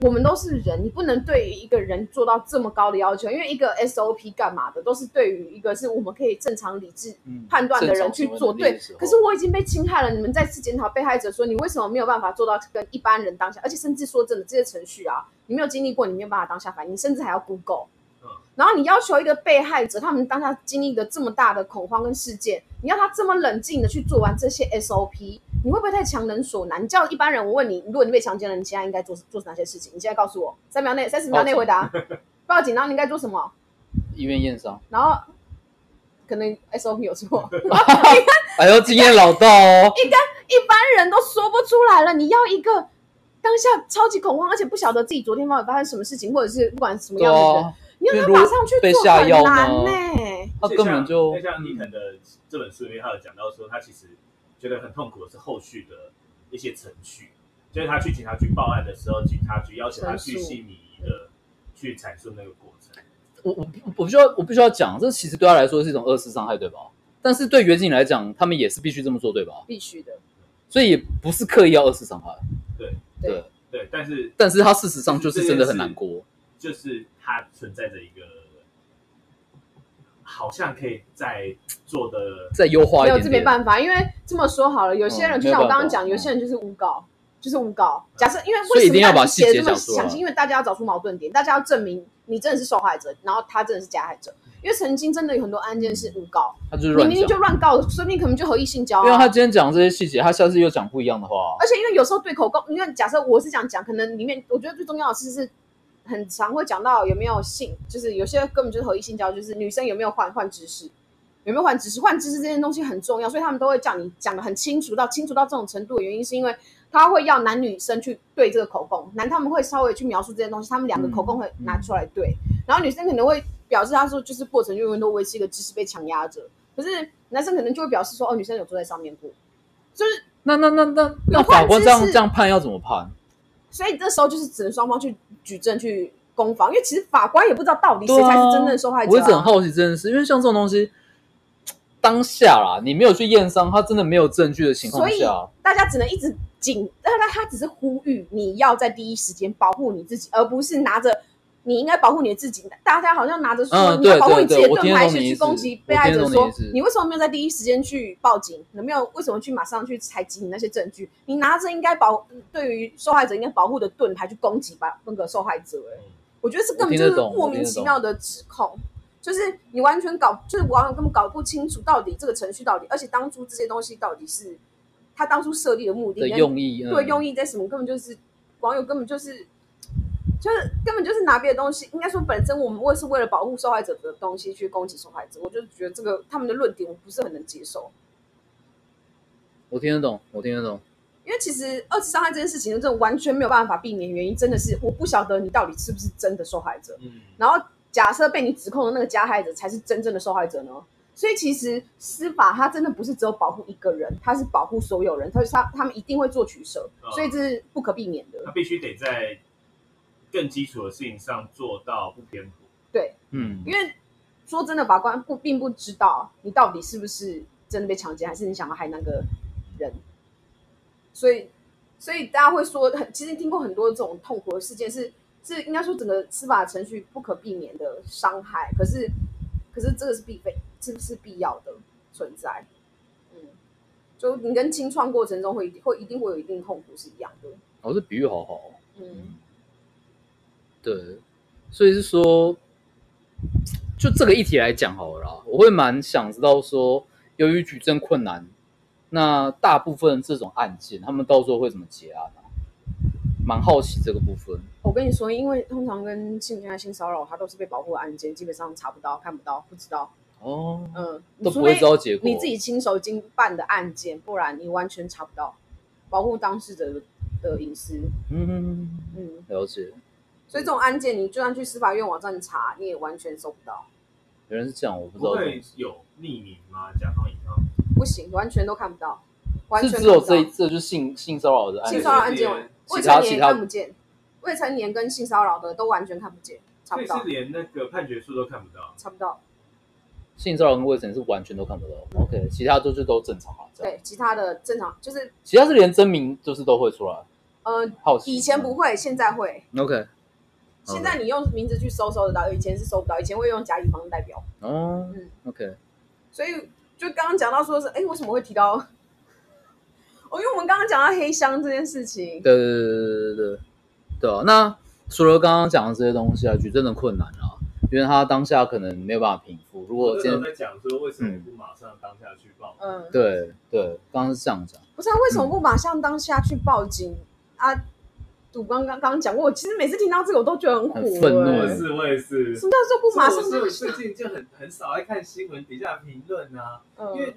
Speaker 1: 我们都是人，你不能对于一个人做到这么高的要求，因为一个 SOP 干嘛的都是对于一个是我们可以正常理智
Speaker 2: 嗯
Speaker 1: 判断的人去做。对，可是
Speaker 2: 我
Speaker 1: 我已经被侵害了，你们再次检讨被害者说你为什么没有办法做到跟一般人当下，而且甚至说真的，这些程序啊，你没有经历过，你没有办法当下反应，甚至还要 Google。
Speaker 3: 嗯
Speaker 1: 然后你要求一个被害者，他们当下经历的这么大的恐慌跟事件，你要他这么冷静的去做完这些 SOP，你会不会太强人所难？你叫一般人，我问你，如果你被强奸了，你现在应该做做哪些事情？你现在告诉我，三秒内、三十秒内回答，报警，然后你应该做什么？
Speaker 2: 医院验伤，
Speaker 1: 然后可能 SOP 有错。
Speaker 2: 哎呦，经验老 道哦，
Speaker 1: 一般人都说不出来了，你要一个当下超级恐慌，而且不晓得自己昨天晚上发生什么事情，或者是不管什么
Speaker 2: 对
Speaker 1: 样的人，
Speaker 2: 啊，
Speaker 1: 你要
Speaker 2: 因
Speaker 1: 他
Speaker 2: 为如
Speaker 1: 马上去
Speaker 2: 被
Speaker 1: 做
Speaker 2: 下
Speaker 1: 很
Speaker 2: 药
Speaker 1: 难欸
Speaker 2: 呢
Speaker 1: 呢、
Speaker 2: 他根本就
Speaker 3: 那像伊
Speaker 2: 嗯
Speaker 3: 藤的这本书里面，他有讲到说，他其实觉得很痛苦的是后续的一些程序，就是他去警察局报案的时候，警察局要求他
Speaker 1: 陈述
Speaker 3: 去细靡遗的去阐述那个过程。
Speaker 2: 我我我必须要我必须要讲，这其实对他来说是一种二次伤害，对吧？但是对远景来讲，他们也是必须这么做，对吧？
Speaker 1: 必须的。
Speaker 2: 所以也不是刻意要二次伤害，
Speaker 3: 对
Speaker 1: 对
Speaker 2: 对。
Speaker 3: 对，但是
Speaker 2: 但是他事实上就是真的很难过，
Speaker 3: 就是他存在着一个好像可以在做的，
Speaker 2: 再优化
Speaker 1: 没
Speaker 2: 一
Speaker 1: 有，这
Speaker 2: 点
Speaker 1: 没
Speaker 2: 点。
Speaker 1: 办法，因为这么说好了，有些人、
Speaker 2: 嗯
Speaker 1: 就像我刚
Speaker 2: 没有办法
Speaker 1: 刚讲，有些人就是诬告，就是诬告。假设因为
Speaker 2: 所以
Speaker 1: 为
Speaker 2: 一
Speaker 1: 什
Speaker 2: 定要
Speaker 1: 么
Speaker 2: 把
Speaker 1: 大家
Speaker 2: 细节
Speaker 1: 写的这么
Speaker 2: 讲出来
Speaker 1: 详细？因为大家要找出矛盾点，大家要证明你真的是受害者，然后他真的是加害者。因为曾经真的有很多案件是诬告，
Speaker 2: 他就是
Speaker 1: 你
Speaker 2: 乱
Speaker 1: 明明就
Speaker 2: 讲，
Speaker 1: 乱告，说不定可能就合意性交、啊。
Speaker 2: 因为他今天讲这些细节，他下次又讲不一样的话，
Speaker 1: 而且因为有时候对口供，你看，假设我是讲讲，可能里面我觉得最重要的是是，很常会讲到有没有性，就是有些根本就是合一性交，就是女生有没有换换知识，有没有换知识，换知识这件东西很重要，所以他们都会叫你讲的很清楚到清楚到这种程度的原因，是因为他会要男女生去对这个口供，男他们会稍微去描述这些东西，他们两个口供会拿出来对，然后女生可能会表示她说就是过程永远都维持一个知识被强压着，可是男生可能就会表示说哦女生有坐在上面过，就是。
Speaker 2: 那那那那那
Speaker 1: 有换
Speaker 2: 法官这样
Speaker 1: 知识
Speaker 2: 这样判要怎么判？
Speaker 1: 所以这时候就是只能双方去举证去攻防，因为其实法官也不知道到底谁才是真正的受害者、啊。
Speaker 2: 我一直很好奇这件事，因为像这种东西，当下啦，你没有去验伤，他真的没有证据的情况
Speaker 1: 所以
Speaker 2: 下，
Speaker 1: 大家只能一直警，但他他只是呼吁你要在第一时间保护你自己，而不是拿着你应该保护你自己。大家好像拿着书，
Speaker 2: 嗯
Speaker 1: 你要
Speaker 2: 对
Speaker 1: 保护你自
Speaker 2: 对
Speaker 1: 己的
Speaker 2: 对我
Speaker 1: 盾
Speaker 2: 听得
Speaker 1: 牌
Speaker 2: 懂
Speaker 1: 是
Speaker 2: 你意
Speaker 1: 去
Speaker 2: 思
Speaker 1: 攻击被
Speaker 2: 我
Speaker 1: 害
Speaker 2: 听得
Speaker 1: 者
Speaker 2: 懂
Speaker 1: 说
Speaker 2: 你意思，
Speaker 1: 你为什么没有在第一时间去报警？你没有为什么去马上去采集你那些证据？你拿着应该保对于受害者应该保护的盾牌去攻击吧那个受害者、欸。我觉得这根本就是
Speaker 2: 嗯我听得懂
Speaker 1: 莫名其妙的指控，就是你完全搞，就是网友根本搞不清楚到底这个程序到底，而且当初这些东西到底是他当初设立的目的
Speaker 2: 的
Speaker 1: 跟
Speaker 2: 用意，嗯
Speaker 1: 对用意在什么，根本就是网友根本就是就是根本就是拿别的东西，应该说本身我们我也是为了保护受害者的东西去攻击受害者，我就觉得这个他们的论点我不是很能接受。
Speaker 2: 我听得懂，我听得懂。
Speaker 1: 因为其实二次伤害这件事情，真的完全没有办法避免，原因真的是我不晓得你到底是不是真的受害者。
Speaker 3: 嗯，
Speaker 1: 然后假设被你指控的那个加害者才是真正的受害者呢？所以其实司法它真的不是只有保护一个人，它是保护所有人，它是他他们一定会做取舍，
Speaker 3: 嗯
Speaker 1: 所以这是不可避免的。
Speaker 3: 他必须得在更基础的事情上做到不偏颇。
Speaker 2: 嗯
Speaker 1: 因为说真的，法官不并不知道你到底是不是真的被强奸，还是你想要害那个人，所以所以大家会说，很其实听过很多这种痛苦的事件是，是应该说整个司法程序不可避免的伤害，可是可是这个是必备，是不是必要的存在？嗯，就你跟清创过程中会会一定会有一定痛苦是一样的，
Speaker 2: 哦，这比喻好好哦。
Speaker 1: 嗯，
Speaker 2: 对，所以是说，就这个议题来讲好了啦，我会蛮想知道说，由于举证困难，那大部分这种案件，他们到时候会怎么结案啊？蛮好奇这个部分。
Speaker 1: 我跟你说，因为通常跟性侵害、性骚扰，它都是被保护的案件，基本上查不到、看不到、不知道。
Speaker 2: 哦，
Speaker 1: 嗯，
Speaker 2: 都
Speaker 1: 除
Speaker 2: 不会
Speaker 1: 非
Speaker 2: 知道结果
Speaker 1: 你自己亲手经办的案件，不然你完全查不到，保护当事者的的隐私。
Speaker 2: 嗯，
Speaker 1: 嗯，
Speaker 2: 了解，
Speaker 1: 所以这种案件，你就算去司法院网站查，你也完全搜不到，
Speaker 2: 原来是这样，我不知
Speaker 3: 不
Speaker 2: 道
Speaker 3: 会有匿名吗？甲方乙方
Speaker 1: 不行，完全都看不到，完
Speaker 2: 是
Speaker 1: 全
Speaker 2: 只有这
Speaker 1: 看
Speaker 2: 一
Speaker 1: 不到
Speaker 2: 这就是性性骚扰的案
Speaker 1: 性
Speaker 2: 件
Speaker 1: 骚扰案件，
Speaker 2: 其
Speaker 1: 未
Speaker 2: 他
Speaker 1: 成
Speaker 2: 其
Speaker 1: 年也
Speaker 2: 他
Speaker 1: 看不见，未成年跟性骚扰的都完全看不见，查
Speaker 3: 所
Speaker 1: 不
Speaker 3: 以
Speaker 1: 到
Speaker 3: 是，连那个判决书都看不到。
Speaker 1: 查不到。
Speaker 2: 性骚扰跟未成年是完全都看不到。OK，其他就是都正常啊，这样。
Speaker 1: 对，其他的正常就是，
Speaker 2: 其他是连真名就是都会出来，
Speaker 1: 呃，
Speaker 2: 好奇。
Speaker 1: 以前不会，现在会。
Speaker 2: OK，好的
Speaker 1: 现在你用名字去搜搜得到，以前是搜不到，以前会用甲乙方代表。
Speaker 2: 哦
Speaker 1: 嗯
Speaker 2: ，OK，
Speaker 1: 所以就刚刚讲到说是，哎，为什么会提到？哦，因为我们刚刚讲到黑箱这件事情，
Speaker 2: 对对对对对对对啊！那除了刚刚讲的这些东西啊，举证的困难啊，因为他当下可能没有办法平复。如果
Speaker 3: 那
Speaker 2: 今
Speaker 3: 时候
Speaker 2: 天
Speaker 3: 在讲说为什
Speaker 2: 嗯
Speaker 3: 么不马上当下去报？
Speaker 1: 嗯，
Speaker 2: 对对，刚刚是这样讲，
Speaker 1: 不是啊，为
Speaker 2: 嗯
Speaker 1: 什么不马上当下去报警、啊？赌刚刚刚讲过，我其实每次听到这个我都觉得很火、
Speaker 2: 很愤怒欸
Speaker 1: 哎
Speaker 3: 我也是，我也是。
Speaker 1: 什么叫做不马上
Speaker 3: 这
Speaker 1: 当
Speaker 3: 我
Speaker 1: 下
Speaker 3: 是？最近就很很少爱看新闻底下评论啊，因为
Speaker 1: 嗯，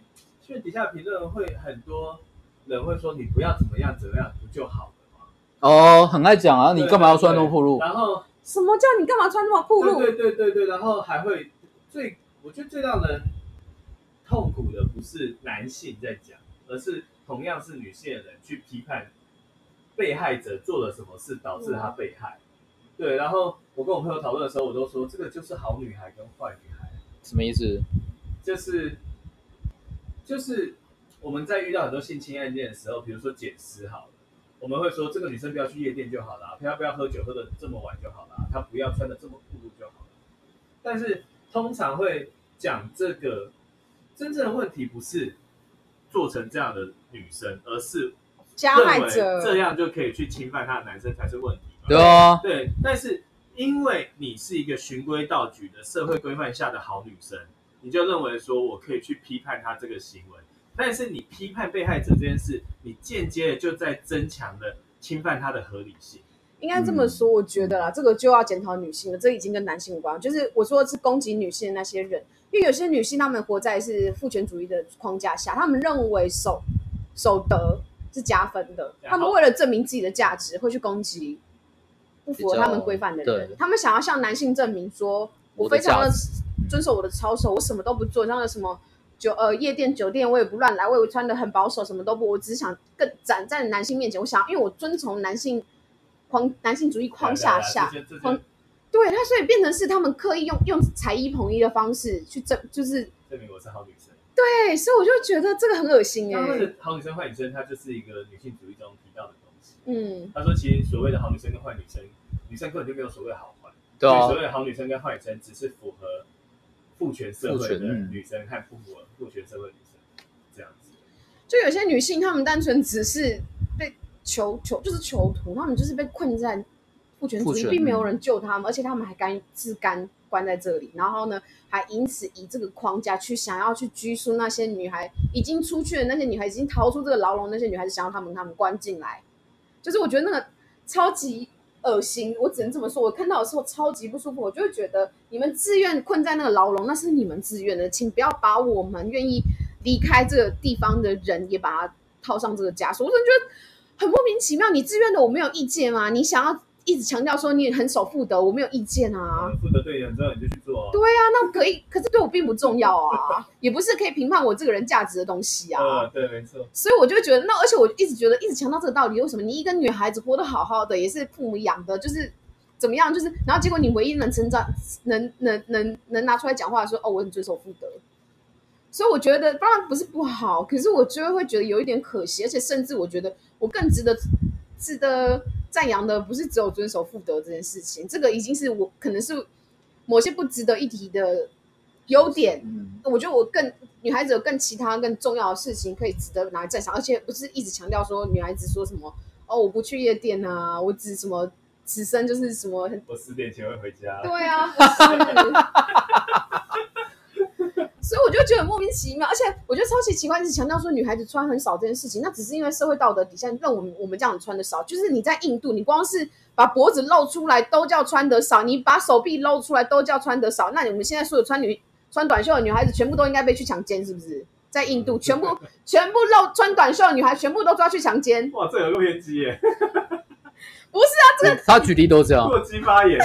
Speaker 3: 因为底下评论会很多人会说你不要怎么样怎么样不就好了吗？
Speaker 2: 哦，很爱讲啊，你
Speaker 3: 对
Speaker 2: 干嘛要穿
Speaker 3: 对
Speaker 2: 东铺路？
Speaker 3: 然后
Speaker 1: 什么叫你干嘛穿那么暴露？
Speaker 3: 对对对对对，然后还会最，我觉得最让人痛苦的不是男性在讲，而是同样是女性的人去批判被害者做了什么事导致他被害。对，然后我跟我朋友讨论的时候，我都说这个就是好女孩跟坏女孩，
Speaker 2: 什么意思？
Speaker 3: 就是就是我们在遇到很多性侵案件的时候，比如说捡尸好了，我们会说这个女生不要去夜店就好啦，不要不要喝酒喝的这么晚就好啦，她不要穿的这么暴露就好了。但是通常会讲这个真正的问题不是做成这样的女生，而是
Speaker 1: 加害
Speaker 3: 认为
Speaker 1: 者
Speaker 3: 这样就可以去侵犯她的男生才是问题嘛。
Speaker 2: 对啊，
Speaker 3: 对，但是因为你是一个循规蹈矩的社会规范下的好女生，你就认为说我可以去批判她这个行为，但是你批判被害者这件事，你间接的就在增强了侵犯她的合理性。
Speaker 1: 应该这
Speaker 2: 嗯
Speaker 1: 么说，我觉得啦，这个就要检讨女性了，这已经跟男性无关。就是我说的是攻击女性的那些人，因为有些女性她们活在是父权主义的框架下，她们认为守守德是加分的，
Speaker 2: 啊
Speaker 3: 然
Speaker 1: 她
Speaker 3: 后
Speaker 1: 们为了证明自己的价值，会去攻击不符合
Speaker 2: 比较
Speaker 1: 她们规范的人
Speaker 2: 对，
Speaker 1: 她们想要向男性证明说，我
Speaker 2: 我的
Speaker 1: 非常的
Speaker 2: 价
Speaker 1: 遵守我的操守，我什么都不做，那个什么。酒呃夜店酒店我也不乱来，我也穿的很保守，什么都不，我只是想更站在男性面前，我想因为我遵从男性框男性主义框架下，
Speaker 3: 对啊对啊这
Speaker 1: 框
Speaker 3: 就
Speaker 1: 对他所以变成是他们刻意用用才艺统一的方式去证，就是
Speaker 3: 这就证明我是好女生。
Speaker 1: 对，所以我就觉得这个很恶心哎、
Speaker 3: 刚刚那个好女生坏女生，它就是一个女性主义中提到的东西。
Speaker 1: 嗯，
Speaker 3: 他说，其实所谓的好女生跟坏女生，女生根本就没有所谓好坏，
Speaker 2: 对啊
Speaker 3: 所，谓的好女生跟坏女生，只是符合父权社会
Speaker 2: 父权
Speaker 3: 的
Speaker 2: 嗯
Speaker 3: 女生和不符合父权社会的女生这样子。
Speaker 1: 就有些女性，她们单纯只是被囚囚，就是囚徒，她们就是被困在父权主
Speaker 2: 父
Speaker 1: 义，
Speaker 2: 权嗯
Speaker 1: 并没有人救她们，而且她们还甘自甘关在这里，然后呢，还因此以这个框架去想要去拘束那些女孩已经出去的那些女孩，已经逃出这个牢笼的那些女孩子，想要她们她们关进来，就是我觉得那个超级。恶心，我只能这么说。我看到的时候超级不舒服，我就会觉得你们自愿困在那个牢笼，那是你们自愿的，请不要把我们愿意离开这个地方的人也把他套上这个枷锁。我真的觉得很莫名其妙。你自愿的，我没有意见啊吗？你想要一直强调说你很守妇德，我没有意见啊。
Speaker 3: 负责对的人之后你就去做、啊。
Speaker 1: 对啊，那可以，可是对我并不重要啊，也不是可以评判我这个人价值的东西啊。
Speaker 3: 呃，对，没错。
Speaker 1: 所以我就会觉得，那而且我一直觉得，一直强调这个道理，为什么你一个女孩子活得好好的，也是父母养的，就是怎么样，就是然后结果你唯一能成长，能能能能拿出来讲话说，哦，我很遵守妇德。所以我觉得，当然不是不好，可是我就会觉得有一点可惜，而且甚至我觉得我更值得值得赞扬的，不是只有遵守妇德这件事情，这个已经是我可能是某些不值得一提的优点，
Speaker 2: 嗯，
Speaker 1: 我觉得我更女孩子有更其他更重要的事情可以值得拿来赞赏，而且不是一直强调说女孩子说什么哦，我不去夜店啊，我只什么此生就是什么，
Speaker 3: 我十点前会回家。
Speaker 1: 对啊，不是。所以我就觉得很莫名其妙，而且我觉得超级奇怪，一直强调说女孩子穿很少这件事情，那只是因为社会道德底下让我们我们这样穿的少，就是你在印度，你光是把脖子露出来都叫穿得少，你把手臂露出来都叫穿得少。那你们现在所有穿女穿短袖的女孩子，全部都应该被去强奸，是不是？在印度，全部全部露穿短袖的女孩，全部都抓去强奸。
Speaker 3: 哇，这有够偏激 耶，
Speaker 2: 他举例都这样，
Speaker 3: 过激发言。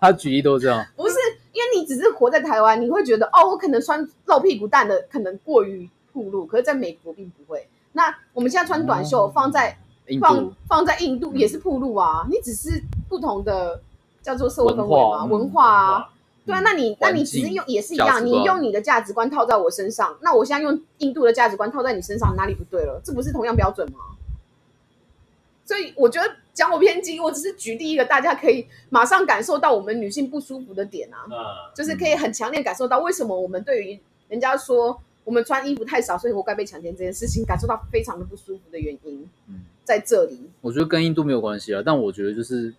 Speaker 2: 他举例都这样，
Speaker 1: 不是，因为你只是活在台湾，你会觉得哦，我可能穿露屁股蛋的可能过于暴露，可是在美国并不会。那我们现在穿短袖
Speaker 2: 哦
Speaker 1: 放在
Speaker 2: 印
Speaker 1: 放
Speaker 2: 度
Speaker 1: 放在印度
Speaker 2: 嗯
Speaker 1: 也是铺路啊，你只是不同的叫做社会氛围
Speaker 2: 文化
Speaker 1: 嘛，
Speaker 2: 嗯
Speaker 1: 文化啊，对啊，
Speaker 2: 嗯
Speaker 1: 那你那你
Speaker 2: 环
Speaker 1: 只
Speaker 2: 境
Speaker 1: 是用也是一
Speaker 2: 价
Speaker 1: 样，
Speaker 2: 值
Speaker 1: 你
Speaker 2: 观
Speaker 1: 用你的价值观套在我身上，那我现在用印度的价值观套在你身上，哪里不对了？这不是同样标准吗？所以我觉得讲我偏激，我只是举例一个大家可以马上感受到我们女性不舒服的点啊。
Speaker 2: 嗯
Speaker 3: 啊，
Speaker 1: 就是可以很强烈感受到为什么我们对于人家说我们穿衣服太少，所以活该被强奸这件事情，感受到非常的不舒服的原因
Speaker 2: 嗯，
Speaker 1: 在这里，
Speaker 2: 我觉得跟印度没有关系啊，但我觉得就是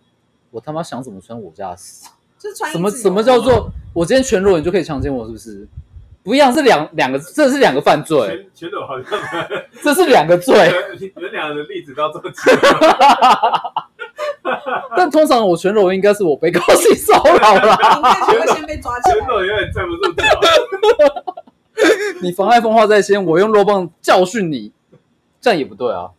Speaker 2: 我他妈想怎么穿我家的事，
Speaker 1: 就是穿衣啊
Speaker 2: 什么
Speaker 1: 自由
Speaker 2: 什么叫做我今天全裸你就可以强奸我是不是？不一样，是两两个，这是两个犯罪，
Speaker 3: 全全裸好 像蛮
Speaker 2: 这是两个罪。
Speaker 3: 你们俩的例子到这么极端，
Speaker 2: 但通常我全裸应该是我被 告性骚扰啦，
Speaker 4: 应该就会先被抓起
Speaker 3: 全
Speaker 4: 来。
Speaker 3: 裸有点站不住脚。
Speaker 2: 你妨碍风化在先，我用肉棒教训你，这样也不对啊。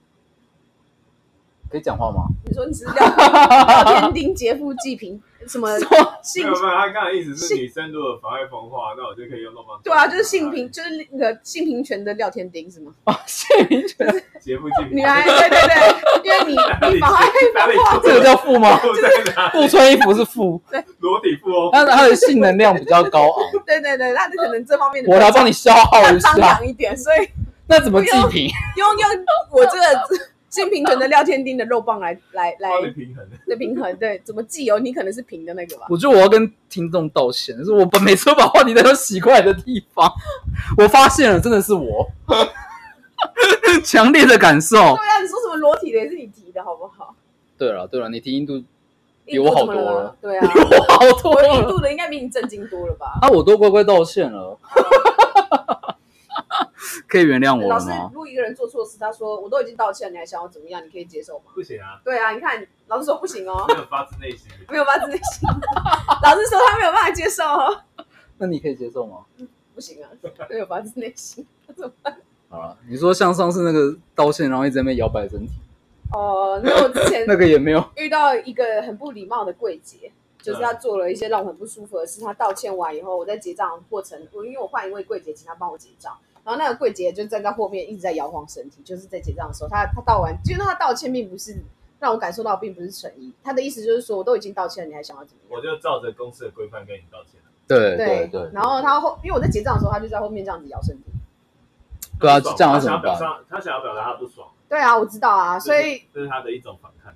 Speaker 2: 可以讲话吗？
Speaker 1: 你说你是廖 廖天丁劫富济贫什么
Speaker 3: 没
Speaker 1: 性
Speaker 3: 有没有，他刚才意思是女生如果妨碍风化，那我就可以用肉棒。
Speaker 1: 对啊，就是性平就是那个性平权的廖天丁是吗？
Speaker 3: 啊
Speaker 2: 谢明权，
Speaker 3: 劫富济贫。
Speaker 1: 女孩 对对对，因为你你妨碍
Speaker 3: 哪里
Speaker 2: 这个叫富吗？
Speaker 3: 我在哪？
Speaker 2: 不穿衣服是富，
Speaker 3: 裸体富翁。
Speaker 2: 但是它的性能量比较高昂，
Speaker 1: 对对对，那你可能这方面的
Speaker 2: 我来帮你消啊耗
Speaker 1: 更
Speaker 2: 一
Speaker 1: 张
Speaker 2: 下。
Speaker 1: 扬一点，所以
Speaker 2: 那怎么祭品？
Speaker 1: 用用我这个性平权的廖天丁的肉棒来来来
Speaker 3: 哦帮你平衡，
Speaker 1: 的平衡，对，怎么既有你可能是平的那 个吧？
Speaker 2: 我觉得我要跟听众道歉，就是我把每次都把话题带到奇怪的地方。 我发现了，真的是我，强烈的感受。
Speaker 1: 对啊，你说什么裸体的也是你提的好不好？
Speaker 2: 对了对了，你提印度比
Speaker 1: 印
Speaker 2: 我
Speaker 1: 度
Speaker 2: 好
Speaker 1: 怎
Speaker 2: 多
Speaker 1: 么
Speaker 2: 了
Speaker 1: 了，对啊
Speaker 2: 比，我好多
Speaker 1: 我印
Speaker 2: 了
Speaker 1: 度的应该比你震惊多了吧？
Speaker 2: 啊！我都乖乖道歉了， 可以原谅我
Speaker 1: 老
Speaker 2: 了
Speaker 1: 师，
Speaker 2: 吗
Speaker 1: 如？果一个人做错事，他说我都已经道歉，你还想要怎么样？你可以接受吗？
Speaker 3: 不行啊，
Speaker 1: 对啊，你看老师说不行哦
Speaker 3: 没，有发自内心。
Speaker 1: 没有办法自己行，老师说他没有办法接受哦，
Speaker 2: 那你可以接受吗？
Speaker 1: 不行啊，没有发自内心。
Speaker 2: 好了，你说像上次那个道歉，然后一直在那边摇摆身体，
Speaker 1: 哦，那我之前
Speaker 2: 那个也没有。
Speaker 1: 遇到一个很不礼貌的柜姐，就是她做了一些让我很不舒服的事。她道歉完以后，我在结账的过程，我因为我换一位柜姐，请她帮我结账。然后那个柜姐就站在后面一直在摇晃身体，就是在结账的时候，她她道完，就是她道歉并不是让我感受到并不是诚意，她的意思就是说我都已经道歉了，你还想要怎么
Speaker 3: 我
Speaker 1: 样？
Speaker 3: 就照着公司的规范跟你道歉。
Speaker 2: 对
Speaker 1: 对
Speaker 2: 对，
Speaker 1: 然后她后，因为我在结账的时候，她就在后面这样子摇身体。
Speaker 2: 对啊，
Speaker 3: 不爽
Speaker 2: 这样要
Speaker 3: 他
Speaker 2: 怎么
Speaker 3: 想要表
Speaker 2: 办？
Speaker 3: 达，他想要表达他不爽，
Speaker 1: 对啊，我知道啊，
Speaker 3: 就是
Speaker 1: 所以
Speaker 3: 这是他的一种反抗。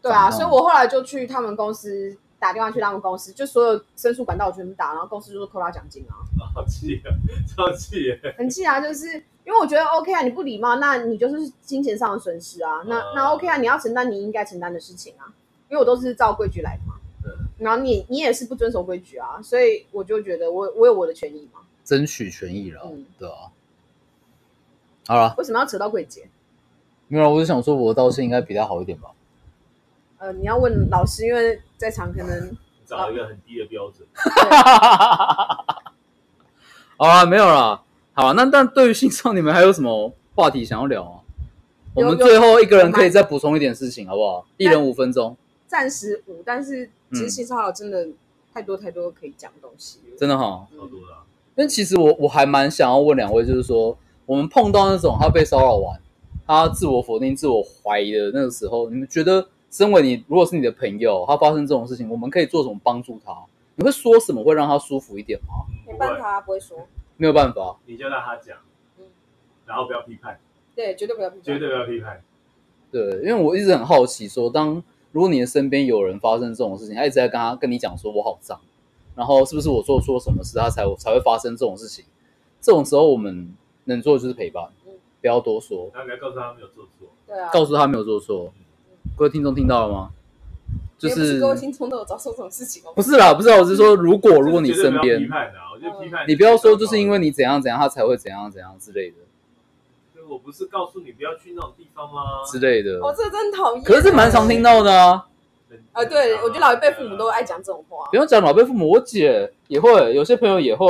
Speaker 1: 对啊，
Speaker 2: 长大
Speaker 1: 所以我后来就去他们公司打电话去他们公司，就所有申诉管道我全部打，然后公司就是扣他奖金啊，
Speaker 3: 好气啊，超气耶！
Speaker 1: 很气啊，就是因为我觉得 OK 啊，你不礼貌，那你就是金钱上的损失啊，那
Speaker 2: 哦
Speaker 1: 那 OK 啊，你要承担你应该承担的事情啊，因为我都是照规矩来的嘛
Speaker 3: 对，
Speaker 1: 然后你你也是不遵守规矩啊，所以我就觉得我我有我的权益嘛，
Speaker 2: 争取权益了，
Speaker 1: 嗯
Speaker 2: 对啊。好了，
Speaker 1: 为什么要扯到柜姐？
Speaker 2: 没有啦，我就想说，我的道歉应该比他好一点吧。
Speaker 1: 呃，你要问老师，因为在场可能
Speaker 3: 找一个很低的标准，
Speaker 2: 好啊，没有啦。好啊，那但对于性骚扰，你们还有什么话题想要聊啊？我
Speaker 1: 有
Speaker 2: 们
Speaker 1: 有
Speaker 2: 最后一个人可以再补充一点事情，好不好？一人五分钟，
Speaker 1: 暂时无，但是其
Speaker 2: 嗯
Speaker 1: 实性骚扰真的太多太多可以讲的东西了。嗯
Speaker 2: 真的哈。
Speaker 3: 超多的啊。
Speaker 2: 但其实我我还蛮想要问两位，就是说，我们碰到那种他被骚扰完，他自我否定、自我怀疑的那个时候，你们觉得，身为你如果是你的朋友，他发生这种事情，我们可以做什么帮助他？你会说什么会让他舒服一点吗？
Speaker 3: 嗯
Speaker 1: 没
Speaker 3: 不
Speaker 1: 办
Speaker 3: 会，
Speaker 1: 法啊，不会说，
Speaker 2: 没有办法，
Speaker 3: 你就让他讲
Speaker 1: 嗯，
Speaker 3: 然后不要批判，
Speaker 1: 对，绝对不要批
Speaker 3: 绝
Speaker 1: 判。
Speaker 3: 对不要批判。
Speaker 2: 对，因为我一直很好奇说，当如果你的身边有人发生这种事情，他一直在跟他跟你讲说我好脏，然后是不是我做错什么事，他才才会发生这种事情？这种时候我们能做的就是陪伴
Speaker 1: 嗯，
Speaker 2: 不要多说，
Speaker 3: 然后你要告诉他没有做错，
Speaker 1: 对啊，
Speaker 2: 告诉他没有做错。各位听众听到了吗？就
Speaker 1: 嗯也不是
Speaker 2: 是
Speaker 1: 各位听众都有遭受这种事情哦。
Speaker 2: 不是啦，不是啦，我是说如果如果你
Speaker 3: 这是绝对
Speaker 2: 身
Speaker 3: 不要批
Speaker 2: 边，
Speaker 3: 判的啊，我觉得批
Speaker 1: 嗯
Speaker 3: 判
Speaker 2: 你不要说就是因为你怎样怎样，他才会怎样怎样之类的
Speaker 3: 对，我不是告诉你不要去那种地方吗？
Speaker 2: 之类的。
Speaker 1: 哦，这个真的讨厌。哦
Speaker 2: 可是这蛮常听。到的啊。
Speaker 1: 呃，对，我觉得老一辈父
Speaker 3: 啊
Speaker 1: 母都爱讲这种话
Speaker 2: 不。用讲老辈父母，我姐也会，有些朋友也会，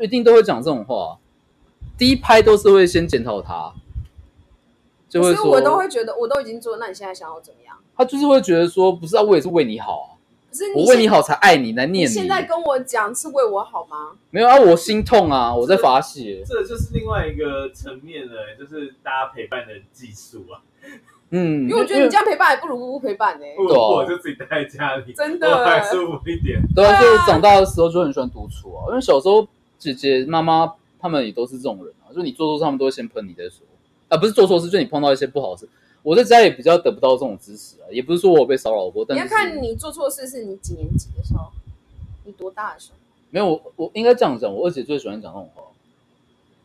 Speaker 2: 一定都会讲这种话。第一拍都是会先检讨他，就
Speaker 1: 可
Speaker 2: 会
Speaker 1: 是
Speaker 2: 说，
Speaker 1: 我都会觉得，我都已经做，那你现在想要怎么样？
Speaker 2: 他就是会觉得说，不是啊，我也是为你好啊，
Speaker 1: 可是
Speaker 2: 我
Speaker 1: 现
Speaker 2: 为你，好才爱你，来
Speaker 1: 你
Speaker 2: 念
Speaker 1: 现在跟我讲是为我好吗？
Speaker 2: 没有啊，我心痛啊，我在发泄。
Speaker 3: 这就是另外一个层面了，就是大家陪伴的技术啊。
Speaker 2: 嗯，
Speaker 1: 因为我觉得你这样陪伴还不如不陪伴呢。
Speaker 3: 我我就自己待在家里，
Speaker 1: 真
Speaker 3: 我还
Speaker 1: 的，
Speaker 3: 舒服一点。
Speaker 2: 对啊，
Speaker 1: 对
Speaker 2: 所
Speaker 1: 啊
Speaker 2: 以长大的时候就很喜欢独处啊，因为小时候姐姐、妈妈他们也都是这种人啊，就是你做错事，他们都会先喷你再说啊，不是做错事，就你碰到一些不好的事。我在家也比较得不到这种支持啊，也不是说我有被骚扰过，但
Speaker 1: 你
Speaker 2: 是
Speaker 1: 要看你做错事是你几年级的时候，你多大的时候？
Speaker 2: 没有我，我应该这样讲，我二姐最喜欢讲这种话。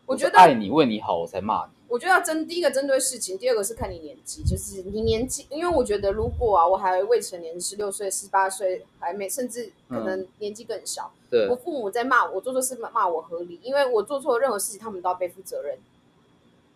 Speaker 1: 我觉
Speaker 2: 是
Speaker 1: 得
Speaker 2: 爱你为你好，我才骂你。
Speaker 1: 我觉得要针第一个针对事情，第二个是看你年纪，就是你年纪，因为我觉得如果啊，我还未成年，十六岁、十八岁还没，甚至可
Speaker 2: 嗯
Speaker 1: 能年纪更小，
Speaker 2: 对
Speaker 1: 我，父母在骂我，做错事骂我合理，因为我做错任何事情，他们都要背负责任，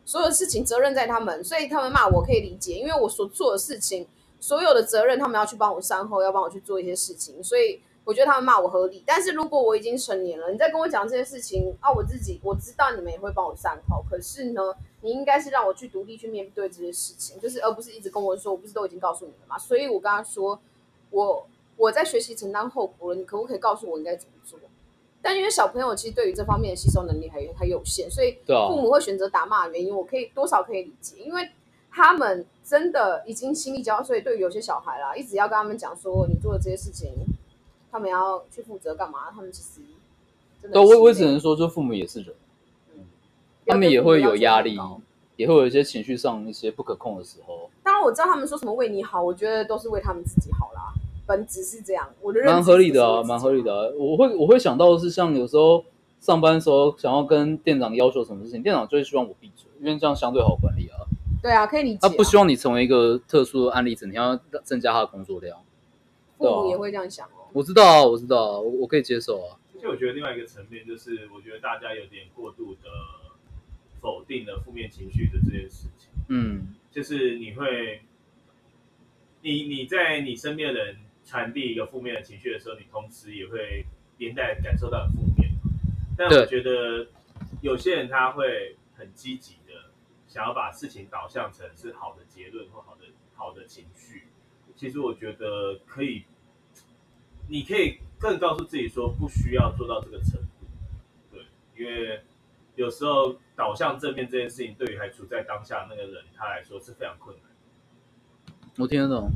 Speaker 1: 所有事情责任在他们，所以他们骂我可以理解，因为我所做的事情，所有的责任他们要去帮我善后，要帮我去做一些事情，所以我觉得他们骂我合理。但是如果我已经成年了，你再跟我讲这些事情啊，我自己我知道你们也会帮我善后，可是呢，你应该是让我去独立去面对这些事情，就是而不是一直跟我说，我不是都已经告诉你了嘛？所以我跟他说，我我在学习承担后果了，你可不可以告诉我应该怎么做？但因为小朋友其实对于这方面的吸收能力还还有限，所以
Speaker 2: 对啊
Speaker 1: 父母会选择打骂的原因，我可以多少可以理解，因为他们真的已经心力交瘁，所以对于有些小孩啦，一直要跟他们讲说你做的这些事情，他们要去负责干嘛？他们其实真的
Speaker 2: 对，我
Speaker 1: 心
Speaker 2: 我
Speaker 1: 累
Speaker 2: 只能说，就父母也是人，
Speaker 1: 不要
Speaker 2: 他们
Speaker 1: 对
Speaker 2: 也
Speaker 1: 父母
Speaker 2: 会
Speaker 1: 要
Speaker 2: 有
Speaker 1: 求
Speaker 2: 压
Speaker 1: 太
Speaker 2: 力
Speaker 1: 高，
Speaker 2: 也会有一些情绪上一些不可控的时候，
Speaker 1: 当然我知道他们说什么为你好，我觉得都是为他们自己好啦，本质是这样，我的认知
Speaker 2: 蛮合理的啊，
Speaker 1: 是
Speaker 2: 蛮合理。的、啊。我会我会想到的是，像有时候上班的时候想要跟店长要求什么事情，店长就会希望我闭嘴，因为这样相对好管理啊。
Speaker 1: 对啊，可以理解、
Speaker 2: 他
Speaker 1: 啊。
Speaker 2: 不希望你成为一个特殊的案例，整天要增加他的工作量。
Speaker 1: 父母也会这样想哦。
Speaker 2: 我知道啊，我知道啊，我我可以接受啊。
Speaker 3: 而且我觉得另外一个层面就是，我觉得大家有点过度的否定了负面情绪的这件事情，
Speaker 2: 嗯，
Speaker 3: 就是你会，你你在你身边的人传递一个负面的情绪的时候，你同时也会连带感受到很负面。但
Speaker 2: 对
Speaker 3: 我觉得有些人他会很积极的想要把事情导向成是好的结论或好的好的情绪，其实我觉得可以，你可以更告诉自己说，不需要做到这个程度，对，因为有时候导向正面这件事情，对于还处在当下那个人他来说是非常困难的。
Speaker 2: 我听得懂。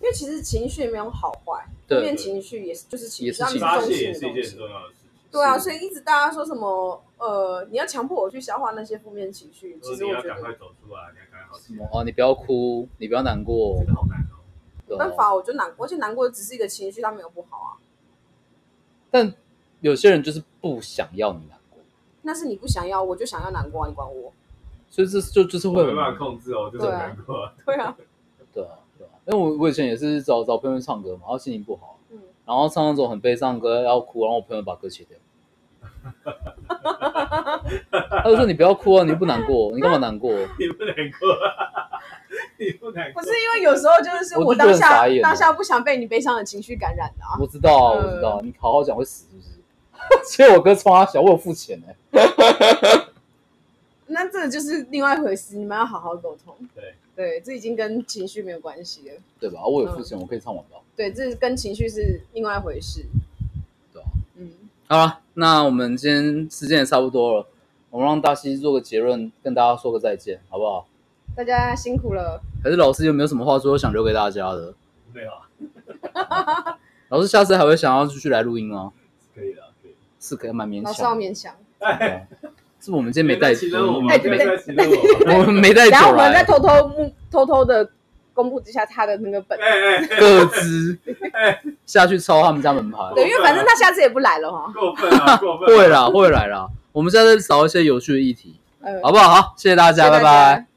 Speaker 1: 因为其实情绪没有好坏，
Speaker 2: 对
Speaker 1: 负面情绪也是就是情
Speaker 2: 也
Speaker 1: 绪，
Speaker 2: 是
Speaker 1: 让你
Speaker 2: 情绪
Speaker 3: 发
Speaker 1: 中
Speaker 3: 泄
Speaker 1: 性
Speaker 3: 也
Speaker 1: 的
Speaker 3: 是一
Speaker 1: 东
Speaker 3: 件很
Speaker 1: 西。
Speaker 3: 重要的事情。
Speaker 1: 对啊，
Speaker 2: 是
Speaker 1: 所以一直大家说什么呃，你要强迫我去消化那些负面情绪，
Speaker 3: 所
Speaker 1: 其
Speaker 3: 以
Speaker 1: 实
Speaker 3: 你
Speaker 1: 我
Speaker 3: 要
Speaker 1: 觉
Speaker 3: 赶快
Speaker 1: 得
Speaker 3: 走出来，你要赶快好
Speaker 2: 什
Speaker 3: 起来
Speaker 2: 么，哦，你不要哭，你不要难过
Speaker 3: 这个，好难哦。
Speaker 2: 对
Speaker 1: 办
Speaker 2: 啊
Speaker 1: 法，我就难过，而且难过只是一个情绪，它没有不好啊，
Speaker 2: 但有些人就是不想要你难过，
Speaker 1: 那是你不想要，我就想要难过啊，你管 我？
Speaker 2: 所以这就就是
Speaker 3: 我
Speaker 2: 会
Speaker 3: 没
Speaker 2: 很
Speaker 3: 办法控制哦，我就是很难过。
Speaker 1: 对啊，
Speaker 2: 对啊，对啊，因为我我以前也是找找朋友唱歌嘛，然后心情不好，
Speaker 1: 嗯，
Speaker 2: 然后唱那种很悲伤的歌，然后哭，然后我朋友把歌切掉， 他就说你不要哭啊，你不难过，你干嘛难过？
Speaker 3: 你不难过，你不 难
Speaker 1: 不
Speaker 3: 过
Speaker 1: 是。因为有时候就是
Speaker 2: 我就
Speaker 1: 我
Speaker 2: 觉得
Speaker 1: 当
Speaker 2: 很
Speaker 1: 下
Speaker 2: 傻眼啊
Speaker 1: 当下不想被你悲伤的情绪感染的啊，
Speaker 2: 我知道啊，我知道啊，你好好讲会死是不是？ 切我哥冲他小，我有付钱哎、
Speaker 1: 那这个就是另外一回事，你们要好好沟通。
Speaker 3: 对
Speaker 1: 对，这已经跟情绪没有关系了，
Speaker 2: 对吧？啊我有付钱，我可以唱完吧？
Speaker 1: 对，这跟情绪是另外一回事。
Speaker 2: 对啊
Speaker 1: 嗯，
Speaker 2: 好了，那我们今天时间也差不多了，我们让大西做个结论，跟大家说个再见，好不好？
Speaker 1: 大家辛苦了，
Speaker 2: 还是老师有没有什么话说想留给大家的？
Speaker 3: 没 有啊，
Speaker 2: 老师下次还会想要继续来录音吗？
Speaker 3: 可以的， 可以。啊
Speaker 2: 是可以蛮勉
Speaker 1: 老师要
Speaker 2: 强的。
Speaker 1: 勉强。
Speaker 3: 哎，
Speaker 2: 是我们今天没带
Speaker 3: 啊其
Speaker 2: 酒，
Speaker 3: 实我们
Speaker 1: 哎
Speaker 3: 今
Speaker 1: 对
Speaker 3: 天在其实我们
Speaker 2: 我们没带
Speaker 1: 然后
Speaker 2: 酒
Speaker 1: 我们再
Speaker 2: 来，
Speaker 1: 偷偷目偷偷的公布一下他的那个本。
Speaker 3: 哎哎，哎
Speaker 2: 各自下去抄他们家门牌。
Speaker 1: 对，因为反正他下次也不来了哈。
Speaker 3: 过分了， 过分了。
Speaker 2: 会啦，会来啦。我们下次找一些有趣的议题，
Speaker 1: 嗯，
Speaker 2: 好不好？好，谢谢大家，
Speaker 1: 谢谢大
Speaker 2: 拜
Speaker 1: 家
Speaker 2: 拜。